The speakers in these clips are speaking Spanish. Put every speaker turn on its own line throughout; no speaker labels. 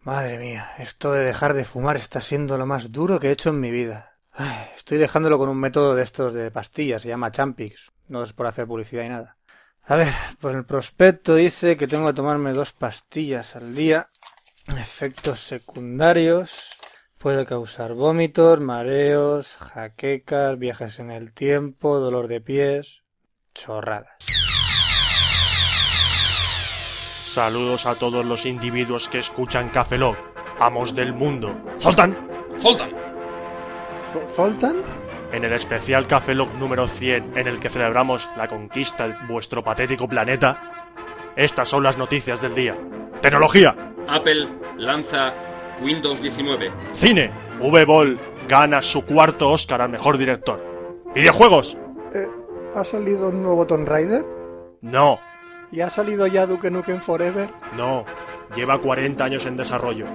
Madre mía, esto de dejar de fumar está siendo lo más duro que he hecho en mi vida. Ay, estoy dejándolo con un método de estos de pastillas, se llama Champix. No es por hacer publicidad y nada. A ver, por el prospecto dice que tengo que tomarme dos pastillas al día. Efectos secundarios. Puede causar vómitos, mareos, jaquecas, viajes en el tiempo, dolor de pies. Chorradas.
Saludos a todos los individuos que escuchan Cafelog, amos del mundo. ¡Zoltan!
¡Zoltan!
¿Zoltan?
En el especial Cafelog número 100, en el que celebramos la conquista de vuestro patético planeta, estas son las noticias del día. ¡Tecnología!
Apple lanza Windows 19.
Cine. V-Ball gana su cuarto Oscar al mejor director. ¡Videojuegos!
Eh, ¿Ha salido un nuevo Tomb Raider?
No,
¿Y ha salido ya Duke Nukem Forever?
no. Lleva 40 años en desarrollo.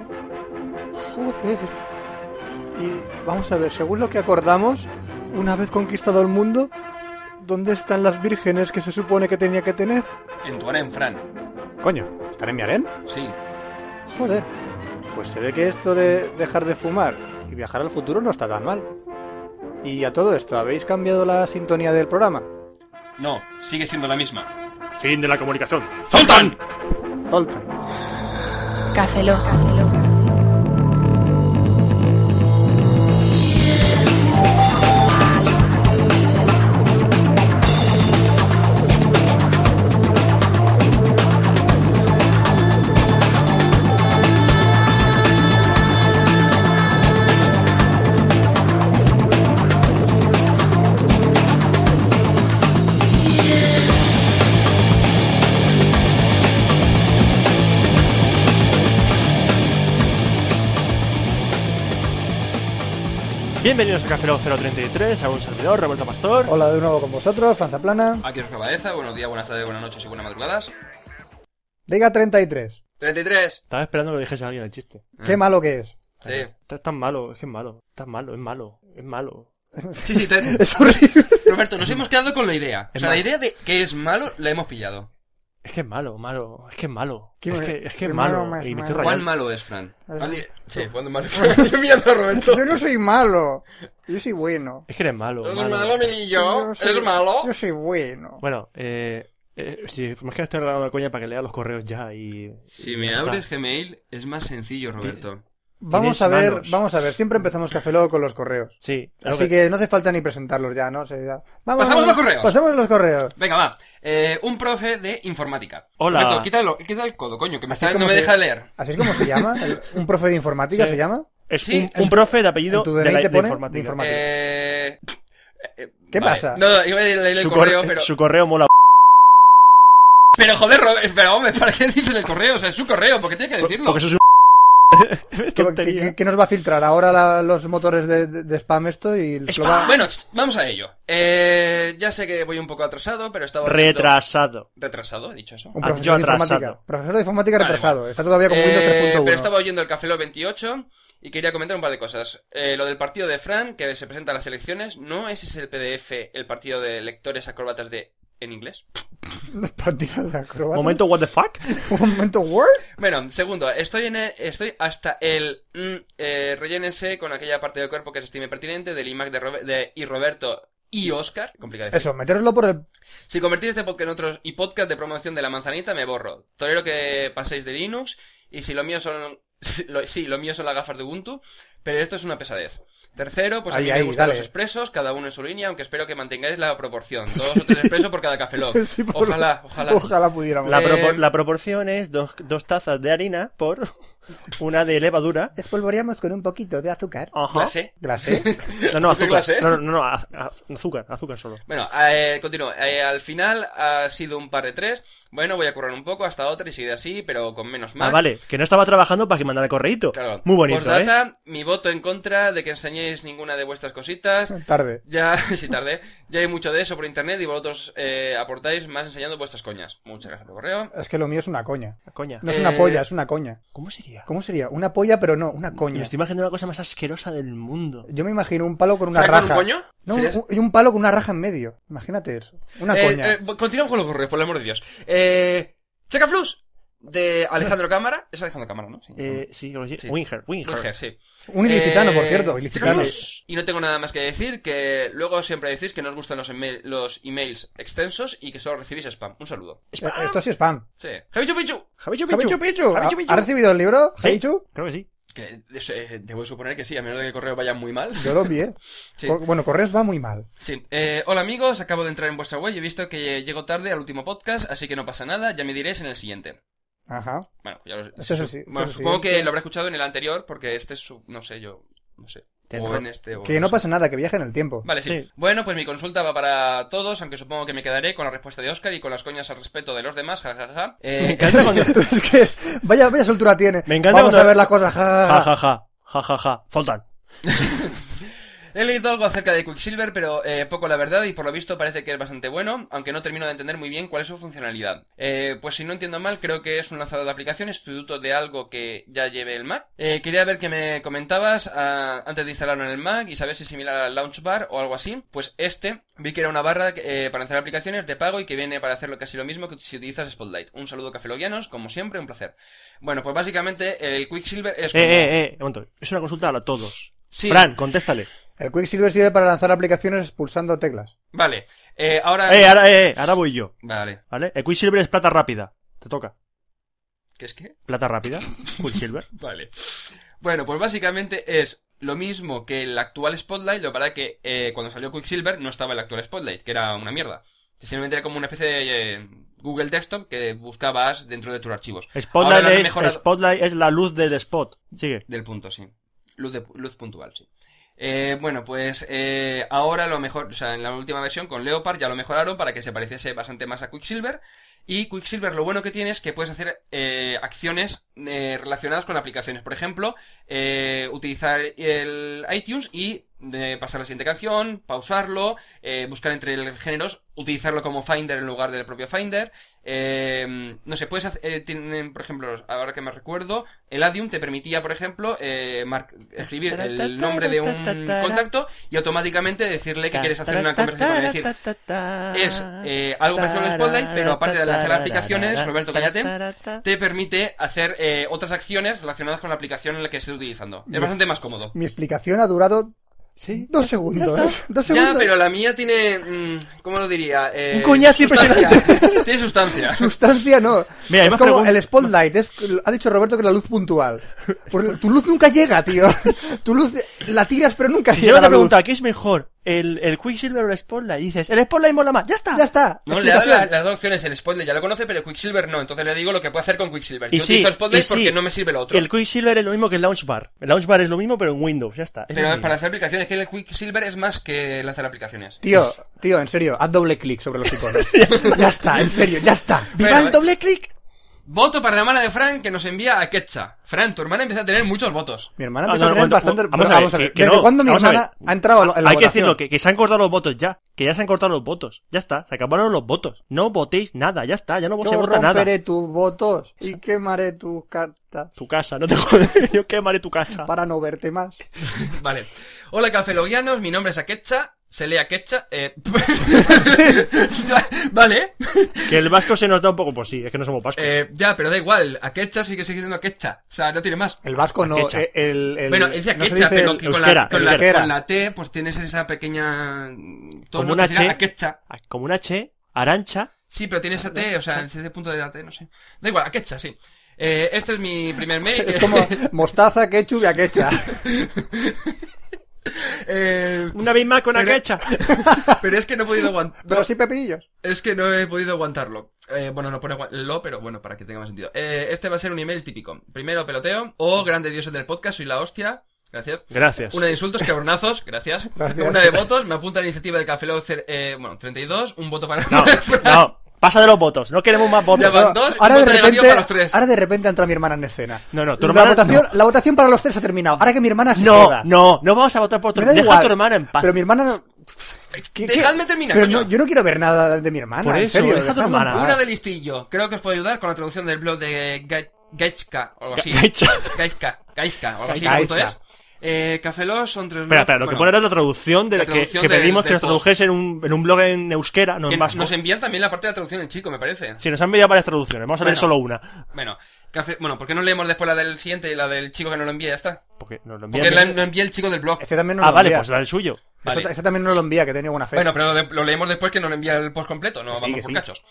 Joder. Y vamos a ver, según lo que acordamos, una vez conquistado el mundo, ¿dónde están las vírgenes que se supone que tenía que tener?
En tu en Fran.
Coño, ¿están en mi harén?
Sí.
Joder. Pues se ve que esto de dejar de fumar y viajar al futuro no está tan mal. Y a todo esto, ¿habéis cambiado la sintonía del programa?
No, sigue siendo la misma.
Fin de la comunicación.
¡Zoltan!
Zoltan.
Café Lock.
Bienvenidos a Café Lock 033, a un servidor, Roberto Pastor.
Hola de nuevo con vosotros, Franza Plana.
Aquí os Baeza, buenos días, buenas tardes, buenas noches y buenas madrugadas.
Diga 33.
33.
Estaba esperando que dijese a alguien el chiste.
Ah.
Ah.
Qué malo que es.
Sí,
Está tan malo, es que es malo. Está malo, es malo, es malo.
sí, sí. te-
Es horrible.
Roberto, nos hemos quedado con la idea. O
Es
sea, la
malo.
idea de que es malo la hemos pillado.
Es que es malo, malo, es que es malo.
¿Qué
es
me-
que es, que
qué
es
malo
malo.
más
y me estoy
malo?
¿Cuán
rayando.
malo es Fran?
Ah,
Andy- Sí, ¿cuándo malo es Fran? Yo mirando a Roberto.
Yo no soy malo. Yo soy bueno.
Es que eres malo.
¿Eres
malo.
malo, Minillo?
soy-
¿Eres malo?
Yo soy bueno.
Bueno, eh, eh, si más que estoy regalando la coña para que lea los correos ya y.
Si
y
me
ya está.
abres Gmail, es más sencillo, Roberto.
Vamos
Tienes
a ver,
manos.
vamos a ver. Siempre empezamos Café Lock con los correos.
Sí, claro
Así que no hace falta ni presentarlos ya, ¿no? Se- ya- Vamos,
Pasamos
vamos,
los correos.
Pasamos los correos.
Venga, va. Eh, un profe de informática.
Hola.
Roberto, quítalo, quita el codo, coño, que me
Así
está,
como
no me
se-
deja leer.
Así es como se llama. El- un profe de informática
Sí.
se llama.
Es
Sí,
un,
es-
un profe de apellido
en tu
de,
DNI
la,
te
de
pone
informática.
de informática.
Eh... eh,
¿Qué pasa?
No, iba a leer Eh, el
su,
correo,
corre-
pero...
su correo mola.
Pero joder, Robert, pero hombre, ¿para qué dices el correo? O sea, es su correo, porque tienes que decirlo?
Porque eso es un.
¿Qué,
tontería.
qué- qué nos va a filtrar ahora la- los motores de, de- de spam esto y lo
Esto-
va-
Bueno, ch, vamos a ello. Eh, ya sé que voy un poco atrasado, pero estaba... viendo-
Retrasado.
Retrasado, he dicho eso.
un
Ah,
profesor
yo
de informática.
atrasado.
Profesor de informática
Vale,
retrasado. Está todavía como Windows
Eh,
3.1.
pero estaba oyendo el Café Lock 28 y quería comentar un par de cosas. Eh, lo del partido de Fran, que se presenta a las elecciones, ¿no ese es el PDF, el partido de lectores acróbatas de... en inglés?
Partida de acróbata.
Momento, what the fuck?
Un momento Word.
Bueno, segundo, estoy en el- estoy hasta el... mm, eh, rellénense con aquella parte del cuerpo que se estime pertinente del IMAC de, Robe- de- y Roberto y Oscar. Complicado decir.
Eso, meteroslo por el
Si convertir este podcast en otros y podcast de promoción de la manzanita, me borro. Tolero que paséis de Linux y si lo mío son... lo- sí, lo mío son las gafas de Ubuntu, pero esto es una pesadez. Tercero, pues a
Ahí,
mí me
ahí,
gustan
dale.
los expresos, cada uno en su línea, aunque espero que mantengáis la proporción. Dos o tres expresos por cada café Lock.
Sí, por-
Oh, Ojalá, ojalá.
Ojalá pudiéramos.
La,
Eh,
propo- la proporción es dos, dos tazas de harina por una de levadura.
Espolvoreamos con un poquito de azúcar.
Ajá.
Clase.
Glacé.
No, no,
¿Azúcar
azúcar.
glacé?
No, no, no, az- az- azúcar, azúcar solo.
Bueno, eh, continúo. Eh, al final ha sido un par de tres. Bueno, voy a currar un poco hasta otra y seguir así, pero con menos mal.
Ah, vale, que no estaba trabajando para que mandara correíto.
Claro.
Muy bonito, ¿eh?
Postdata, mi voto en contra de que enseñéis ninguna de vuestras cositas.
Tarde.
Ya, si tardé, ya hay mucho de eso por internet y vosotros eh, aportáis más enseñando vuestras coñas. Muchas gracias por correo.
Es que lo mío es una coña.
Coña.
No es
Eh,
una polla, es una coña.
¿Cómo sería?
¿Cómo sería? Una polla, pero no, una
Me
coña.
estoy imaginando la cosa más asquerosa del mundo.
Yo me imagino un palo con una
¿Frank con un
raja.
coño?
No,
¿Serías-
un, y un palo con una raja en medio. Imagínate eso. Una
Eh,
coña.
eh, continuamos con los correos, por el amor de Dios. Eh, Checaflux, de Alejandro Cámara. Es Alejandro Cámara, ¿no? Sí.
Eh, sí, creo que sí.
Mm. Sí.
Winger, Winger.
Mujer, sí.
Un ilicitano, por
Eh,
cierto, ilicitano.
chicos, Y no tengo nada más que decir, que luego siempre decís que no os gustan los, email- los emails extensos y que solo recibís spam. Un saludo.
Eh, Esto sí es spam.
Sí. Javichu Pichu.
Javichu Pichu.
Javichu Pichu,
Javichu
¿ha- ¿ha recibido el libro?
Sí.
Javichu,
Creo que sí.
Que, eh, debo suponer que sí, a menos de que el correo vaya muy mal.
yo lo vi, ¿eh?
Sí.
Cor- Bueno, Correos va muy mal.
Sí. Eh, hola amigos, acabo de entrar en vuestra web y he visto que llego tarde al último podcast, así que no pasa nada, ya me diréis en el siguiente.
Ajá.
Bueno, ya lo
Eso
su-
sí, eso
bueno,
sí.
supongo que lo habré escuchado en el anterior, porque este es su... no sé, yo... no sé. O en este o
Que no
sé.
pasa nada, que viaje en el tiempo.
Vale, sí.
Sí.
Bueno, pues mi consulta va para todos, aunque supongo que me quedaré con la respuesta de Oscar y con las coñas al respeto de los demás, jajaja.
Me
Eh,
encanta cuando...
Es que vaya, vaya soltura tiene.
Me encanta
Vamos
cuando-
a ver las cosas. ja, ja, ja.
Ja, ja, ja. Ja, ja, ja. Zoltan.
he leído algo acerca de Quicksilver, pero eh, poco la verdad y por lo visto parece que es bastante bueno, aunque no termino de entender muy bien cuál es su funcionalidad. Eh, pues si no entiendo mal, creo que es un lanzador de aplicaciones, sustituto de algo que ya lleve el Mac. Eh, quería ver qué me comentabas ah, antes de instalarlo en el Mac y saber si es similar al Launchbar o algo así. Pues este, vi que era una barra eh, para lanzar aplicaciones de pago y que viene para hacer casi lo mismo que si utilizas Spotlight. Un saludo cafeloguianos, como siempre, un placer. Bueno, pues básicamente el Quicksilver es
Eh,
como...
eh, eh. Un momento. Es una consulta a todos.
Sí.
Fran, contéstale.
El Quicksilver sirve para lanzar aplicaciones pulsando teclas.
Vale, eh, ahora...
Eh, ahora, eh, eh, ahora voy yo.
Vale,
¿Vale? El Quicksilver es plata rápida. Te toca.
¿qué es qué?
Plata rápida. Quicksilver.
Vale. Bueno, pues básicamente es lo mismo que el actual Spotlight, lo que pasa es que eh, cuando salió Quicksilver no estaba el actual Spotlight, que era una mierda. Simplemente era como una especie de eh, Google Desktop que buscabas dentro de tus archivos. Ahora
Spotlight
lo han
es,
mejorado-
Spotlight es la luz del spot. Sigue.
Del punto, sí. Luz, de- luz puntual, sí. Eh, bueno, pues eh, ahora lo mejor, o sea, en la última versión con Leopard ya lo mejoraron para que se pareciese bastante más a Quicksilver. Y Quicksilver lo bueno que tiene es que puedes hacer eh, acciones eh, relacionadas con aplicaciones. Por ejemplo, eh, utilizar el iTunes y de pasar la siguiente canción, pausarlo, eh, buscar entre los géneros, utilizarlo como Finder en lugar del propio Finder. Eh, no sé, puedes hacer, eh, tienen, por ejemplo, ahora que me recuerdo, el Adium te permitía, por ejemplo, eh, mar- escribir el nombre de un contacto y automáticamente decirle que quieres hacer una conversación. Es decir, es eh, algo parecido al Spotlight, pero aparte de lanzar aplicaciones, Roberto Cañate te permite hacer eh, otras acciones relacionadas con la aplicación en la que estés utilizando. Es bastante más cómodo.
Mi explicación ha durado
Sí.
dos segundos. ¿eh? Dos
Ya,
segundos.
pero la mía tiene. mm, ¿Cómo lo diría? Eh,
Un coñazo
sustancia. Tiene sustancia.
Sustancia no.
Mira, hay
es
más
como
pregun-
el spotlight. Es, ha dicho Roberto que la luz puntual. Por- tu luz nunca llega, tío. Tu luz la tiras, pero nunca
Si
llega.
yo
la
te
luz.
pregunta, ¿qué es mejor? ¿El, el Quicksilver o el Spotlight? Y dices, el Spotlight mola más. ¡Ya está!
Ya está.
No, le he dado
Explicación.
la- las dos opciones. El Spotlight ya lo conoce, pero el Quicksilver no. Entonces le digo lo que puedo hacer con Quicksilver.
Y
Yo
sí,
utilizo el
y
Spotlight
sí.
porque no me sirve lo otro.
El Quicksilver es lo mismo que el Launchbar. El Launchbar es lo mismo, pero en Windows. Ya está. Es lo
Pero
mismo.
para hacer aplicaciones, que el Quicksilver es más que lanzar aplicaciones.
Tío, tío, en serio, haz doble clic sobre los iconos. ya está, en serio, ya está.
¡Viva
Bueno,
el doble clic!
Voto para la hermana de Fran que nos envía a Ketcha. Fran, tu hermana empieza a tener muchos votos.
Mi hermana
Ah,
empieza
no,
a tener
no,
bastante...
no,
Bueno, vamos a ver.
que- que
¿Desde
no,
cuándo mi
vamos a
hermana
ver.
ha entrado en la
Hay que
votación?
decirlo, que, que se han cortado los votos ya. Que ya se han cortado los votos. Ya está. Se acabaron los votos. No votéis nada. Ya está. Ya no se
Yo
vota nada.
romperé tus votos y quemaré tus cartas
Tu casa, no te jodas. Yo quemaré tu casa.
para no verte más.
Vale. Hola, cafeloguianos. Mi nombre es Aketcha. Se lee Aketcha. Eh... vale.
Que el vasco se nos da un poco por sí. Es que no somos vascos.
Eh, ya, pero da igual. Aketcha sigue siguiendo Aketcha. O sea, no tiene más.
El vasco no...
Aquecha.
eh, El, el-
bueno, dice
no se
Aketcha,
dice
pero
el-
que con,
euskera,
la, con, la,
euskera.
con la T, pues tienes esa pequeña. mm, tono
Como una
que será
H.
Aketcha.
Ah, Como una H, arancha.
Sí, pero tiene esa T, o sea, ese punto de la T, no sé. Da igual, Aketcha, sí. Eh, este es mi primer mail.
Es como mostaza, ketchup y aquecha.
Eh,
Una vez más con
Pero-
aquecha.
pero es que no he podido aguantar.
Pero sí pepinillos.
Es que no he podido aguantarlo. Eh, bueno, no pone agua- lo, pero bueno, para que tenga más sentido. Eh, este va a ser un email típico. Primero peloteo. Oh, grande dioses del podcast, soy la hostia. Gracias.
Gracias.
Una de insultos, cabronazos. Gracias.
Gracias.
Una de votos. Me apunta la iniciativa del Café Lock, cer- eh, bueno, 32. Un voto para...
No, no. Pasa de los votos. No queremos más votos.
Ya va. Van dos,
ahora, de
voto negativo
repente,
para los tres.
ahora de repente entra mi hermana en escena.
No, no, tu
la,
hermana-
votación, la votación para los tres ha terminado. Ahora que mi hermana se
No,
queda.
no, no vamos a votar por tu
Me da
hermana. Deja a
igual,
tu hermana en paz.
Pero mi hermana no... ¿Qué- qué?
Dejadme terminar,
Pero
coño.
no, yo no quiero ver nada de mi hermana,
Por
en
eso,
serio.
deja a tu
dejadme en
hermana.
paz.
Una de listillo. Creo que os puedo ayudar con la traducción del blog de Ga- Gaitska o algo así.
Gaitska.
Gaitska. Gaitska o algo así.
Gaitska.
punto es. Eh, Café Lock son tres...
Espera, espera, lo que
bueno,
pone era la traducción de
la
la que,
traducción
que
del-
pedimos
del
que nos tradujese en un, en un blog en euskera, no
que
en vasco.
nos envían también la parte de la traducción del chico, me parece.
Sí, nos han enviado varias traducciones, vamos a leer
Bueno.
solo una.
Bueno, café... bueno, ¿por qué no leemos después la del siguiente y la del chico que nos lo envía? Ya está.
Porque nos lo
Porque
envían.
la lo envía el chico del blog.
Ese también no
Ah,
lo
vale,
envía.
pues da el suyo.
Vale.
Ese, ese también no lo envía, que tenía buena fe.
Bueno, pero lo, lo leemos después que nos lo envía el post completo, no
Que sí,
vamos
que
por
sí.
cachos.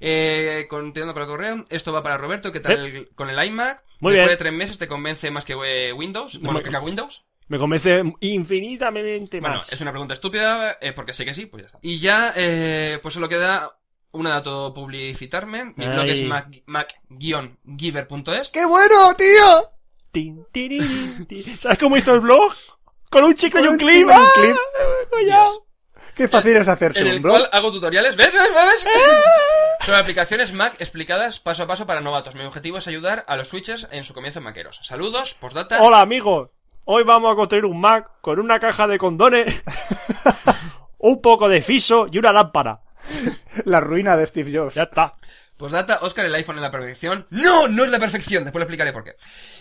Eh, continuando con el correo, esto va para Roberto, que tal el- con el iMac.
Muy bien.
Después de tres meses te convence más que eh, Windows, bueno, que acá Windows.
Me convence infinitamente
Bueno,
más.
es una pregunta estúpida, eh, porque sé que sí, pues ya está. Y ya, eh, pues solo queda una dato publicitarme. Mi blog
Ay.
es mac- mac-giver.es.
¡Qué bueno, tío!
Tin, tiririn, tin. ¿Sabes cómo hizo el blog? Con un chicle y un clip.
clima,
¡Ah!
un clip.
Cuidado.
Dios.
Qué fácil es hacerse
en
un
el
blog.
cual hago tutoriales, ¿ves? ¿Ves? ¿Ves? Sobre aplicaciones Mac explicadas paso a paso para novatos. Mi objetivo es ayudar a los switches en su comienzo maqueros. Saludos, postdata.
Hola amigos, hoy vamos a construir un Mac con una caja de condones, un poco de fiso y una lámpara.
La ruina de Steve Jobs.
Ya está.
Postdata, Oscar, el iPhone es la perfección. No, no es la perfección. Después lo explicaré por qué.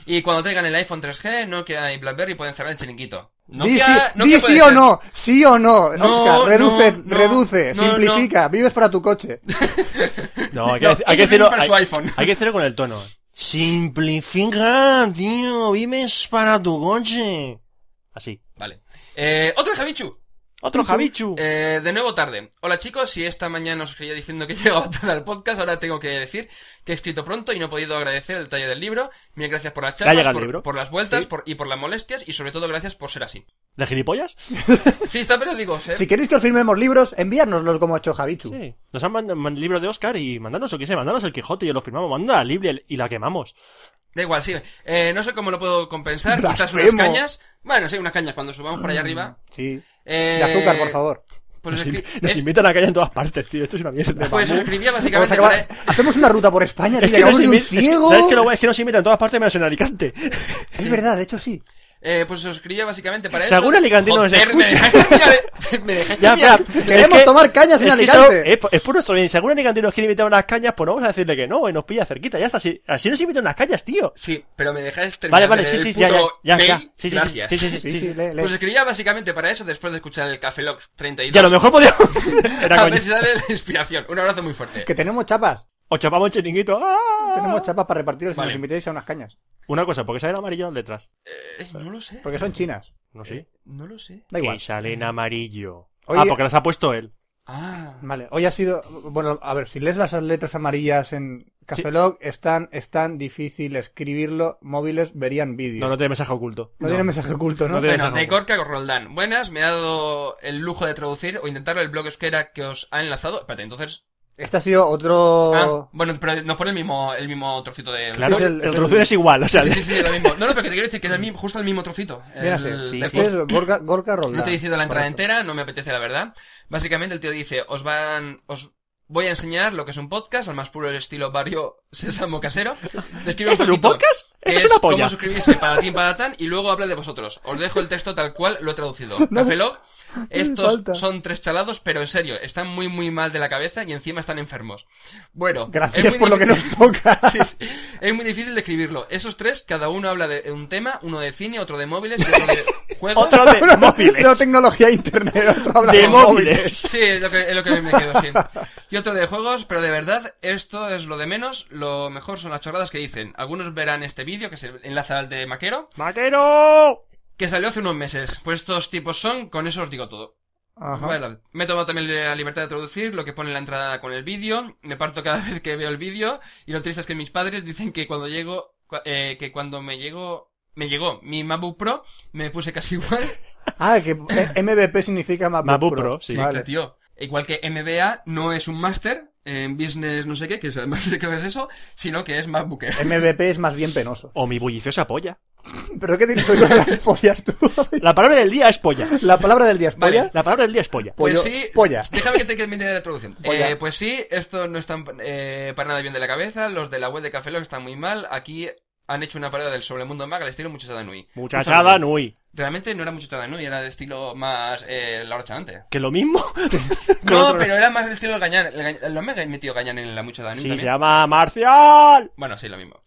Y cuando traigan el iPhone 3G, Nokia y BlackBerry pueden cerrar el chiringuito.
Di,
Nokia,
sí,
Nokia
di
puede
sí o
ser.
no, sí o no,
No,
Oscar, reduce,
no, no,
reduce,
no,
simplifica, vives para tu coche.
No, hay que, dec- hay
No,
que
ellos viven
decirlo.
para
Hay,
su iPhone.
hay que decirlo con el tono. ¿eh? Simplifica, tío, vives para tu coche. Así.
Vale. Eh, otro de Javichu.
Otro Javichu.
Eh, de nuevo tarde. Hola chicos, si esta mañana os creía diciendo que llegaba tarde al podcast, ahora tengo que decir que he escrito pronto y no he podido agradecer el taller del libro. Mil gracias por las
Ya llega
charlas,
el
por,
libro.
por las vueltas
Sí.
por- y por las molestias y sobre todo gracias por ser así.
¿De gilipollas?
Sí, está periódico, ¿eh?
Si queréis que os firmemos libros, enviárnoslos como ha hecho Javichu.
Sí. Nos han mandado el libro de Oscar y mandanos o qué sé, mandanos el Quijote y lo firmamos. Manda libre y la quemamos.
Da igual, sí. Eh, no sé cómo lo puedo compensar, quizás
Blasfemo.
unas cañas. Bueno, sí, unas cañas cuando subamos por allá
Mm.
arriba.
Sí.
Eh,
De azúcar, por favor.
nos,
Pues escri-
invi- nos
es-
invitan a calle en todas partes, tío. Esto es una mierda.
pues os escribía
Vamos a
básicamente
acabar-
para- eh,
Hacemos una ruta por España, tío,
Es que nos
llegamos de un
invi- es que-
ciego.
¿Sabes qué lo guay? Es que nos invitan a todas partes menos en Alicante.
Es verdad, de hecho sí.
eh, pues os escribía básicamente para
Si
eso.
algún alicantino nos
Joder, me
escucha.
dejaste mirar- me dejaste
Ya,
mirar.
espera,
Queremos
es que-
tomar cañas en
es que
Alicante.
eso es, por- es por nuestro bien. Si algún alicantino nos quiere invitar a unas cañas, pues no vamos a decirle que no, y nos pilla cerquita. Ya está, así, así nos invitan unas cañas, tío.
Sí, pero me dejáis terminar.
Vale, vale,
de
sí,
leer
sí,
el
ya, ya,
puto
ya, ya.
mail.
Sí, sí,
Gracias.
sí, sí, sí,
Sí,
sí, sí.
sí, le- le-
Pues escribía básicamente para eso después de escuchar el Café Lock 32.
Y a lo mejor podíamos... Era
A
coña.
ver si sale la inspiración. Un abrazo muy fuerte.
Que tenemos chapas.
O chapamos el chiringuito. ¡Ah!
Tenemos chapas para repartir si
Vale.
nos invitáis a unas cañas.
Una cosa, porque sale en amarillo las letras.
Eh, no lo sé. Eh,
Porque son chinas.
No sé.
No lo sé.
Eh, Da igual.
Y sale en amarillo.
Oye-
Ah, porque las ha puesto él.
Ah.
Vale, hoy ha sido. Bueno, a ver, si lees las letras amarillas en Café Lock, es tan, es tan difícil escribirlo, móviles verían vídeo.
No, no tiene mensaje oculto.
No tiene mensaje oculto, ¿no?
No tiene-
Bueno,
esa
de
forma.
Gorka Roldán. Buenas, me he dado el lujo de traducir o intentar el blog euskera que os ha enlazado. Espérate, entonces.
Este ha sido otro.
Ah, bueno, pero nos pone el mismo, el mismo trocito de.
Oh. Claro,
es
el,
el- es el-
trocito es igual, o sea...
Sí, sí, sí, lo mismo. No, no, pero que te quiero decir que es el mismo, justo el mismo trocito.
Viene a
El-
ser,
del
Este
post.
es Gorka, Gorka Roldán.
pues, No te he decidido la entrada
Correcto.
entera, no me apetece la verdad. Básicamente el tío dice, os van, os voy a enseñar lo que es un podcast, al más puro estilo barrio sésamo casero. Describe
¿Esto es un
poquito
podcast?
qué
Esto es una polla.
cómo suscribirse para ti para tan y luego habla de vosotros. Os dejo el texto tal cual lo he traducido. Café Lock, estos
falta.
son tres chalados, pero en serio, están muy muy mal de la cabeza y encima están enfermos. Bueno, es
Gracias
muy
por lo que
difícil-
nos toca.
Sí, sí. Es muy difícil describirlo. Esos tres, cada uno habla de un tema, uno de cine, otro de móviles y otro de juegos.
Otro de móviles.
No, tecnología e internet, otro habla
De
con
móviles.
Sí, es lo que, es lo que me quedo, sí. Y otro de juegos, pero de verdad, esto es lo de menos. Lo mejor son las chorradas que dicen. Algunos verán este vídeo, que se enlaza al de Maquero,
¡Maquero!
que salió hace unos meses. Pues estos tipos son, con eso os digo todo.
Ajá.
Bueno, me he tomado también la libertad de traducir lo que pone en la entrada con el vídeo. Me parto cada vez que veo el vídeo. Y lo triste es que mis padres dicen que cuando llego, cua- eh, que cuando me llegó, me llegó mi MacBook Pro, me puse casi igual.
Ah, que eh, MVP significa MacBook,
MacBook
Pro.
Pro, sí.
Sí,
Vale.
claro, tío. Igual que MBA no es un máster en business no sé qué, que es- además creo que es eso, sino que es MacBooker.
MVP es más bien penoso.
O mi bulliciosa polla.
¿Pero qué tienes que ver con las pollas tú?
La palabra del día es polla.
La palabra del día es
Vale.
polla.
La palabra del día es polla.
Pollo-
pues sí,
polla.
déjame que te quede la traducción.
Polla.
Eh, pues sí, esto no está eh, para nada bien de la cabeza. Los de la web de Café Lock están muy mal. Aquí han hecho una parada del sobremundo Mac al estilo Muchachada Nui.
Muchachada, Nui.
Realmente no era Muchachada Nui, era de estilo más eh, la hora chalante.
Que lo mismo. Con
No,
otro-
pero era más el estilo de Gañán. El Gañán- Lo me he metido Gañán en la Muchachada Nui
Sí,
también.
se llama Marcial.
Bueno, sí, lo mismo.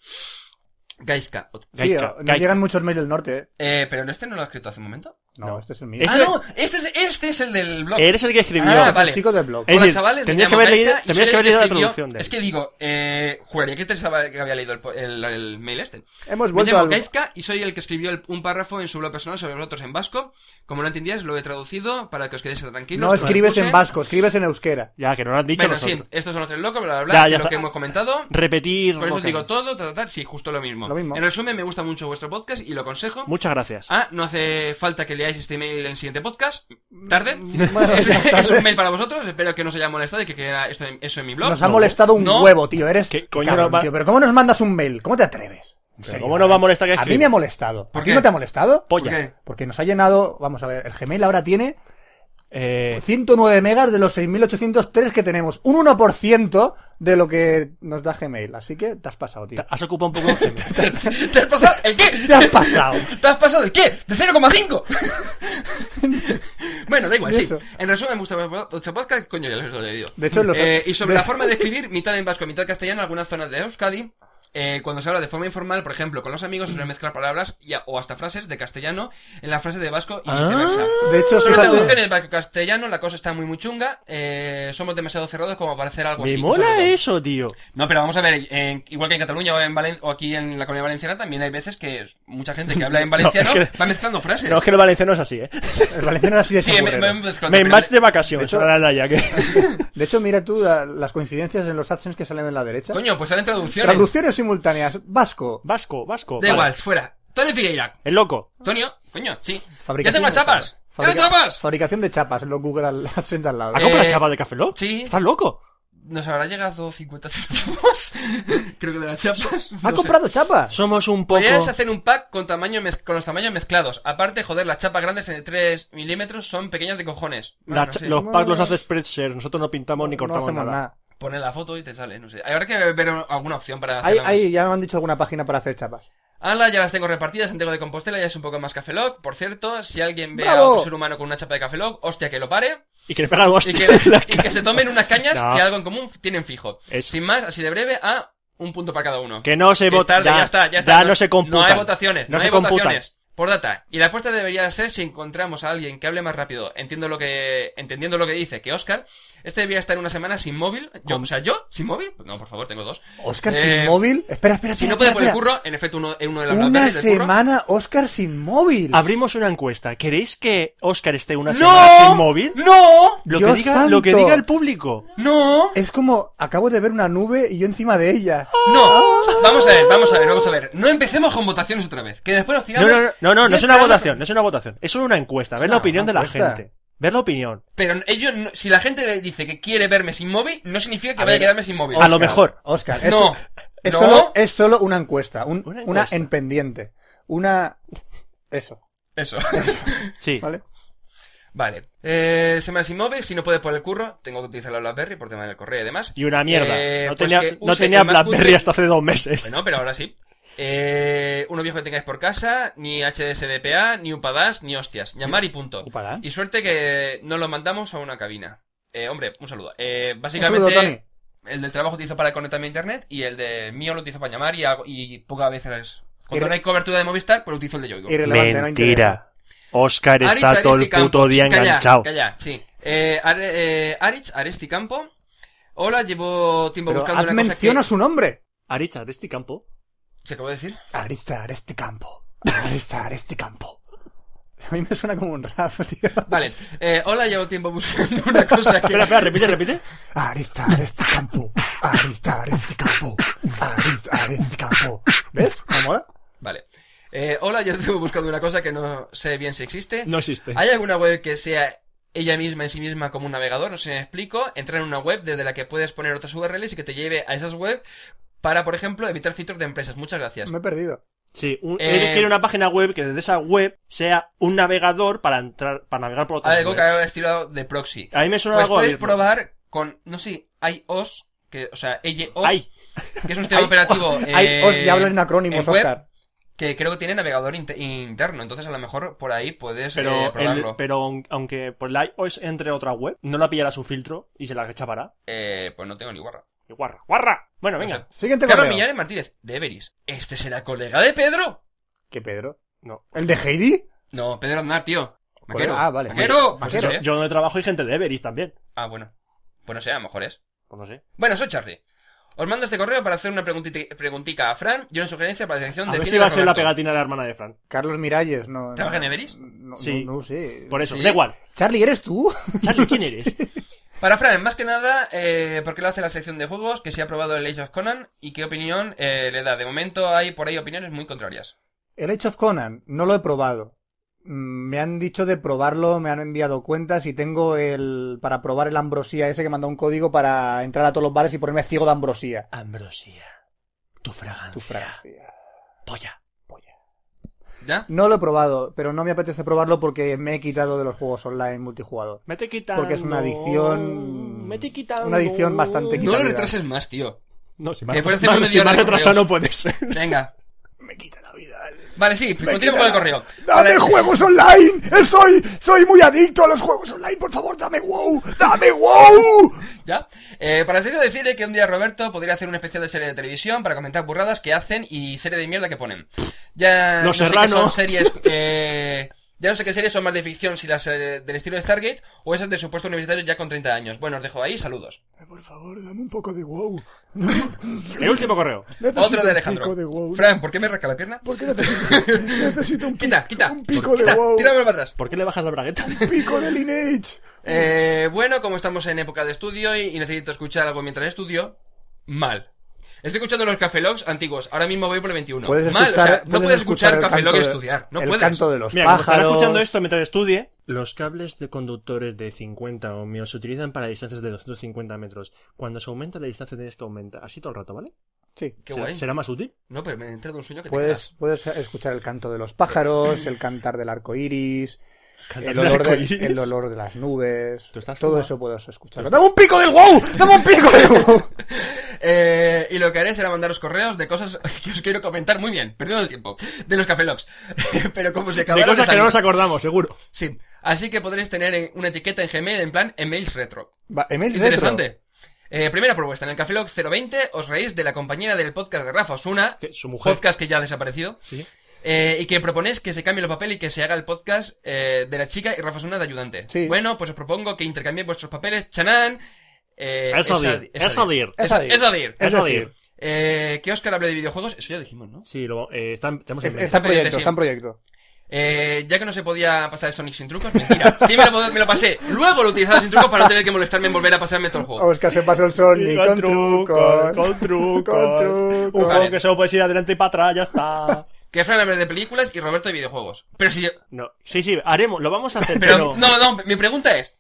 Gaiska.
Sí,
Gaika,
no
Gaika.
llegan muchos mails del norte, ¿eh?
Eh, pero este no lo ha escrito hace un momento.
No,
No.
este es el mío.
Es-
Ah,
Ese-
no, este es, este es el del blog.
Eres el que escribió.
Ah, vale.
El chico del blog.
Es
Hola,
decir,
chavales, me
tendrías que
llamo
haber
Gaizka
leído-
y
tendrías
soy
que
el
haber leído la
escribió-
traducción de él.
Es que digo, eh, juraría que este es el que había leído el, po- el- el mail este.
Hemos
Me
vuelto
llamo
al...
Gaizka y soy el que escribió el- un párrafo en su blog personal sobre los otros en vasco. Como no entendíais, lo he traducido para que os quedéis tranquilos.
No
Lo
escribes
puse.
en vasco, escribes en euskera.
Ya, que no lo has dicho
Bueno, sí,
nosotros.
estos son los tres locos, bla, bla, bla,
Ya,
que
ya
lo
está.
que hemos comentado.
Repetir.
Por eso os
Roca.
digo todo, tal, tal, tal, sí, justo lo mismo.
Lo mismo.
En resumen, me gusta mucho vuestro podcast y lo aconsejo.
Muchas gracias.
Ah, no hace falta que leáis este email en el siguiente podcast. Tarde.
Mm, Bueno,
es,
ya
es
tarde.
un mail para vosotros. Espero que no os haya molestado y que quede esto en- eso en mi blog.
Nos ha
No.
molestado un
No.
huevo, tío. Eres.
¿Qué
¿Qué,
coño
cabrón,
nos va-
tío? Pero ¿cómo nos mandas un mail? ¿Cómo te atreves? En
Pero
serio,
¿Cómo nos va a molestar que
A mí
escriba? Pues-
me ha molestado.
¿Por
¿A ti
qué?
no te ha molestado?
¿Por
Polla.
qué?
Porque nos ha llenado. Vamos a ver, el Gmail ahora tiene
Eh,
109 megas de los 6803 que tenemos. Un 1% de lo que nos da Gmail. Así que te has pasado, tío.
te- has ocupado un poco. Te-
¿Te has pasado el qué?
Te has pasado.
¿Te has pasado el qué? ¿De 0,5? bueno, da igual,
¿Y
sí.
eso?
En resumen, me gusta vuestro podcast, coño, ya lo he leído.
De hecho, los-
Eh, y sobre
de-
la forma de escribir, mitad en vasco, mitad castellano, algunas zonas de Euskadi. eh, cuando se habla de forma informal, por ejemplo, con los amigos, se suele mezclar palabras y a- o hasta frases de castellano en la frase de vasco y
Ah.
viceversa.
De hecho,
Sobre
fíjate-
traducción en vasco-castellano, la cosa está muy muy chunga. eh, somos demasiado cerrados como para hacer algo
me
así.
mola ¿eh?
sobre todo.
eso, tío.
No, pero vamos a ver, en- igual que en Cataluña o, en Valen- o aquí en la comunidad valenciana, también hay veces que mucha gente que habla en
No,
valenciano
es que-
va mezclando frases.
No, es que el valenciano es así, ¿eh.
el valenciano era así de
Sí, me,
chaburrero.
me- mezclando,
Me
pero-
match de vacaciones.
De hecho-
ahora la ya que-
De hecho, mira tú la- las coincidencias en los actions que salen en la derecha.
Coño, pues salen traducciones.
Traducciones simultáneas. Vasco.
Vasco, vasco.
Da
vale.
igual, fuera. Tony Figueira.
El loco.
Antonio, coño, sí. Ya
Fabricación
tengo las
de
chapas.
Fabrica-
¿Tengo chapas?
Fabricación de chapas. Lo Google al- Adsense al lado.
¿Ha
Eh,
comprado chapa de Café Lock?
sí.
¿Estás loco?
Nos habrá llegado 50 céntimos. Creo que de las chapas.
¿Ha
no sé.
comprado chapas?
Somos un poco.
Podrías hacer un pack con, tamaño mez- con los tamaños mezclados. Aparte, joder, las chapas grandes de 3 milímetros son pequeñas de cojones. Bueno,
La
no
cha-
sé.
Los packs los hace Spreadshirt. Nosotros no pintamos ni
No
cortamos
hacemos
nada.
nada.
Poner la foto y te sale, no sé. Habrá que ver alguna opción para
Ahí,
hacer
ahí ya me han dicho alguna página para hacer chapas.
Ala, ya las tengo repartidas, Santiago de Compostela ya es un poco más Cafeloc. Por cierto, si alguien ve a
¡Bravo!
otro ser humano con una chapa de Cafeloc, hostia, que lo pare
Y que le pegan
y
hostia.
que,
en la
y
cara.
que se tomen unas cañas
No.
que algo en común tienen fijo.
Eso.
Sin más, así de breve, a un punto para cada uno.
Que no se
Que es
vota.
tarde,
Ya,
ya, está, ya está.
no, se computan.
No hay votaciones, no,
No se
hay
computan.
votaciones. Por data. Y la apuesta debería ser si encontramos a alguien que hable más rápido, entiendo lo que, entendiendo lo que dice, que Oscar, este debería estar una semana sin móvil. Yo,
Con-
o sea, yo, sin móvil. pues No, por favor, tengo dos.
Oscar
Eh,
sin móvil. Espera, espera,
Si
espera,
no puede
espera,
por el
espera.
curro, en efecto, uno, uno de los
Una
Blackberries del curro.
semana Oscar sin móvil.
Abrimos una encuesta. ¿Queréis que Oscar esté una semana
¡No!
sin móvil?
¡No!
Lo que,
Dios
diga, lo que
santo.
diga el público.
¡No!
Es como acabo de ver una nube y yo encima de ella.
¡No! Vamos a ver, vamos a ver, vamos a ver. No empecemos con votaciones otra vez. Que después nos
No,
tiramos.
no, no, no, no, no
diez
es una
programas-
votación, no es una votación. Es solo una encuesta. Ver la
una
opinión de la
encuesta.
gente. Ver la opinión.
Pero ellos, no- si la gente le dice que quiere verme sin móvil, no significa que
A
vaya a
ver,
quedarme sin móvil.
a lo mejor.
Oscar, es,
No.
es
no.
solo, es solo una encuesta, un-
Una
una,
encuesta.
en pendiente. Una. Eso,
Eso.
Sí.
¿vale?
vale. Eh, semana sin móvil, si no puede por el curro, tengo que utilizar la BlackBerry por tema del correo y demás.
Y una mierda.
Eh,
no
pues
tenía,
que
no
use
tenía
el más
Blackberry
cutre.
hasta hace dos meses.
Bueno, pero ahora sí. Eh, uno viejo que tengáis por casa, ni HDSDPA, ni UPADAS, ni hostias. Llamar y punto.
Upadán.
Y suerte que no lo mandamos a una cabina. Eh, hombre, un saludo. Eh,
Un saludo, Tony.
básicamente, el del trabajo lo utilizo para conectarme a internet y el de mío lo utilizo para llamar y, hago- y pocas veces. Cuando
Irre-
no hay cobertura de Movistar, pues lo utilizo el de Yoigo.
Irrelevante, no interesa.
Oscar
Aritz, Aresti este Campo. Calla, Calla, sí. Eh, Are- eh, Aritz, Aresti Campo. Hola, llevo tiempo
Pero
buscando
haz
una
mención a
cosa
su nombre.
Aricha, de este campo.
que... ¿Se acabó de decir?
Arista Aresti este Campo. Arista Aresti Campo. A mí me suena como un rap, tío.
Vale. Eh, hola, llevo tiempo buscando una cosa que...
Espera, espera, repite, repite.
Arista Aresti este Campo. Arista Aresti Campo. Arista Aresti Campo. ¿Ves? ¿Me mola?
Vale. Eh, hola, yo estoy buscando una cosa que no sé bien si existe.
No existe.
¿Hay alguna web que sea ella misma en sí misma como un navegador? No sé si me explico. Entrar en una web desde la que puedes poner otras URLs y que te lleve a esas webs para, por ejemplo, evitar filtros de empresas. Muchas gracias.
Me he perdido.
Sí, un-
Eh,
él quiere una página web que desde esa web sea un navegador para entrar, para navegar por otras
Algo que haga
webs.
estilo de proxy.
A mí me suena
Pues
algo
puedes
abierto.
probar con, no sé, iOS, que, o sea, iOS,
Ay.
que es un sistema operativo
Ay,
eh,
os ya hablan en acrónimos,
en web,
Oscar.
que creo que tiene navegador inte- interno, entonces a lo mejor por ahí puedes
Pero,
eh,
el-
probarlo.
pero aun- aunque por la iOS entre a otra web, no la pillará su filtro y se la chapará.
Eh, pues no tengo ni guarra.
Y guarra, guarra. Bueno,
Pues
venga.
Siguiente
Carlos
correo.
Millares Martínez, de Everis. ¿Este será colega de Pedro?
¿Qué Pedro?
No.
¿El de Heidi?
No, Pedro Aznar, tío. Maquero.
Ah, vale.
Maquero.
Pues
Maquero,
eso,
¿eh?
yo donde trabajo hay gente de Everis también.
Ah, bueno. Pues no sé, a lo mejor es.
Pues no sé.
Bueno, soy Charlie. Os mando este correo para hacer una preguntita- preguntica a Fran y una sugerencia para la sección
A
de
ver
cine
si
de
va a ser la
Roberto.
pegatina de la hermana de Fran.
Carlos Miralles, no.
¿Trabaja en
no,
Everis?
No,
Sí.
no, no sé.
Por eso,
Sí.
da igual.
Charlie, ¿eres tú?
Charlie, ¿quién eres?
Para Fran, más que nada, eh, ¿por qué lo hace la sección de juegos? Que se ha probado el Age of Conan y qué opinión eh, le da. De momento hay por ahí opiniones muy contrarias.
El Age of Conan, no lo he probado. Mm, Me han dicho de probarlo, me han enviado cuentas y tengo el. para probar el Ambrosía ese que manda un código para entrar a todos los bares y ponerme ciego de Ambrosía.
Ambrosía. Tu fragancia.
Tu fragancia.
Polla.
¿Ya?
No lo he probado, pero no me apetece probarlo porque me he quitado de los juegos online multijugador.
Mete quitando.
Porque es una adicción-
Mete quitando.
una adicción bastante
No lo
calidad.
retrases más, tío.
No, si
Que
me,
parece muy
si
medio
me has
largo,
retrasado
creo.
no puedes.
Venga.
Me quita la vida.
Vale, sí, continuemos con el correo.
¡Dame
Para-
juegos online! Eh, ¡Soy, soy muy adicto a los juegos online! ¡Por favor, dame wow! ¡Dame wow!
¿Ya? Eh, para seguir decirle que un día Roberto podría hacer un especial de serie de televisión para comentar burradas que hacen y serie de mierda que ponen. Ya
Los
no sé qué
Serrano.
son series... eh, ya no sé qué series son más de ficción, si las eh, del estilo de Stargate o esas de supuesto universitario ya con 30 años. Bueno, os dejo ahí, saludos.
Eh, Por favor, dame un poco de wow.
El últico correo.
Necesito
Otro de
Este Un
Alejandro.
pico de wow.
Fran, ¿por qué me rasca la pierna?
¿Por qué necesito, necesito un, pico,
Quita, quita.
un pico de
Quita,
wow?
tírame para atrás.
¿Por qué le bajas la bragueta?
Un pico de lineage.
Eh, bueno, como estamos en época de estudio y y necesito escuchar algo mientras estudio, mal. Estoy escuchando los Café Logs antiguos. Ahora mismo voy por el 21. mal, o sea, no puedes escuchar
el
Café
canto
Log y
de-
estudiar. No
el
puedes.
canto de los
Mira, como estará
pájaros.
escuchando esto mientras estudie. Los cables de conductores de 50 ohmios se utilizan para distancias de 250 metros. Cuando se aumenta la distancia tienes que aumentar. Así todo el rato, ¿vale?
Sí.
Qué
¿Será-
guay.
¿Será más útil?
No, pero me he entrado un sueño que te
Puedes,
cagas.
puedes escuchar el canto de los pájaros, el cantar del arco iris,
Cantar
el
del
olor, del-
arcoíris.
el olor de las nubes.
¿Tú estás
Todo
fumado?
eso puedes escuchar.
¿Tú estás-
¡Dame un pico del wow! ¡Dame un pico del wow!
Eh, y lo que haré será mandaros correos de cosas que os quiero comentar muy bien, perdiendo el tiempo, de los Café Logs. pero como se
De
acabaron
cosas
me
que no nos
salieron.
acordamos, seguro.
Sí. Así que podréis tener en- una etiqueta en Gmail en plan emails retro.
Va, Emil Retro.
Interesante. Eh, primera propuesta. En el Café Log 020 os reís de la compañera del podcast de Rafa Osuna,
Que Su mujer.
podcast que ya ha desaparecido,
Sí.
eh, y que proponéis que se cambie el papel y que se haga el podcast eh, de la chica y Rafa Osuna de ayudante.
Sí.
Bueno, pues os propongo que intercambiéis vuestros papeles. Chanán. Eh,
Es odir.
esa-
Es odir.
Es
Es
Adir.
Adir. Es Adir.
Es
Es
decir,
odir.
Eh, que Oscar hable de videojuegos, eso ya lo dijimos, ¿no?
Sí, lo, eh, están, tenemos en
es-
mente.
está en proyecto,
sí.
está en proyecto.
Eh, ya que no se podía pasar Sonic sin trucos, mentira. Sí me lo, pod- me lo pasé. Luego lo utilizaba sin trucos para no tener que molestarme en volver a pasarme todo el juego.
Oscar Pues se pasó el Sonic
Con
con
trucos,
trucos.
con trucos.
Con trucos.
Un
Vale.
juego que solo puedes ir adelante y para atrás, ya está.
Que Fran hable de películas y Roberto de videojuegos. Pero si yo...
No, sí, sí, haremos, lo vamos a hacer, pero.
Pero, no, no, mi pregunta es...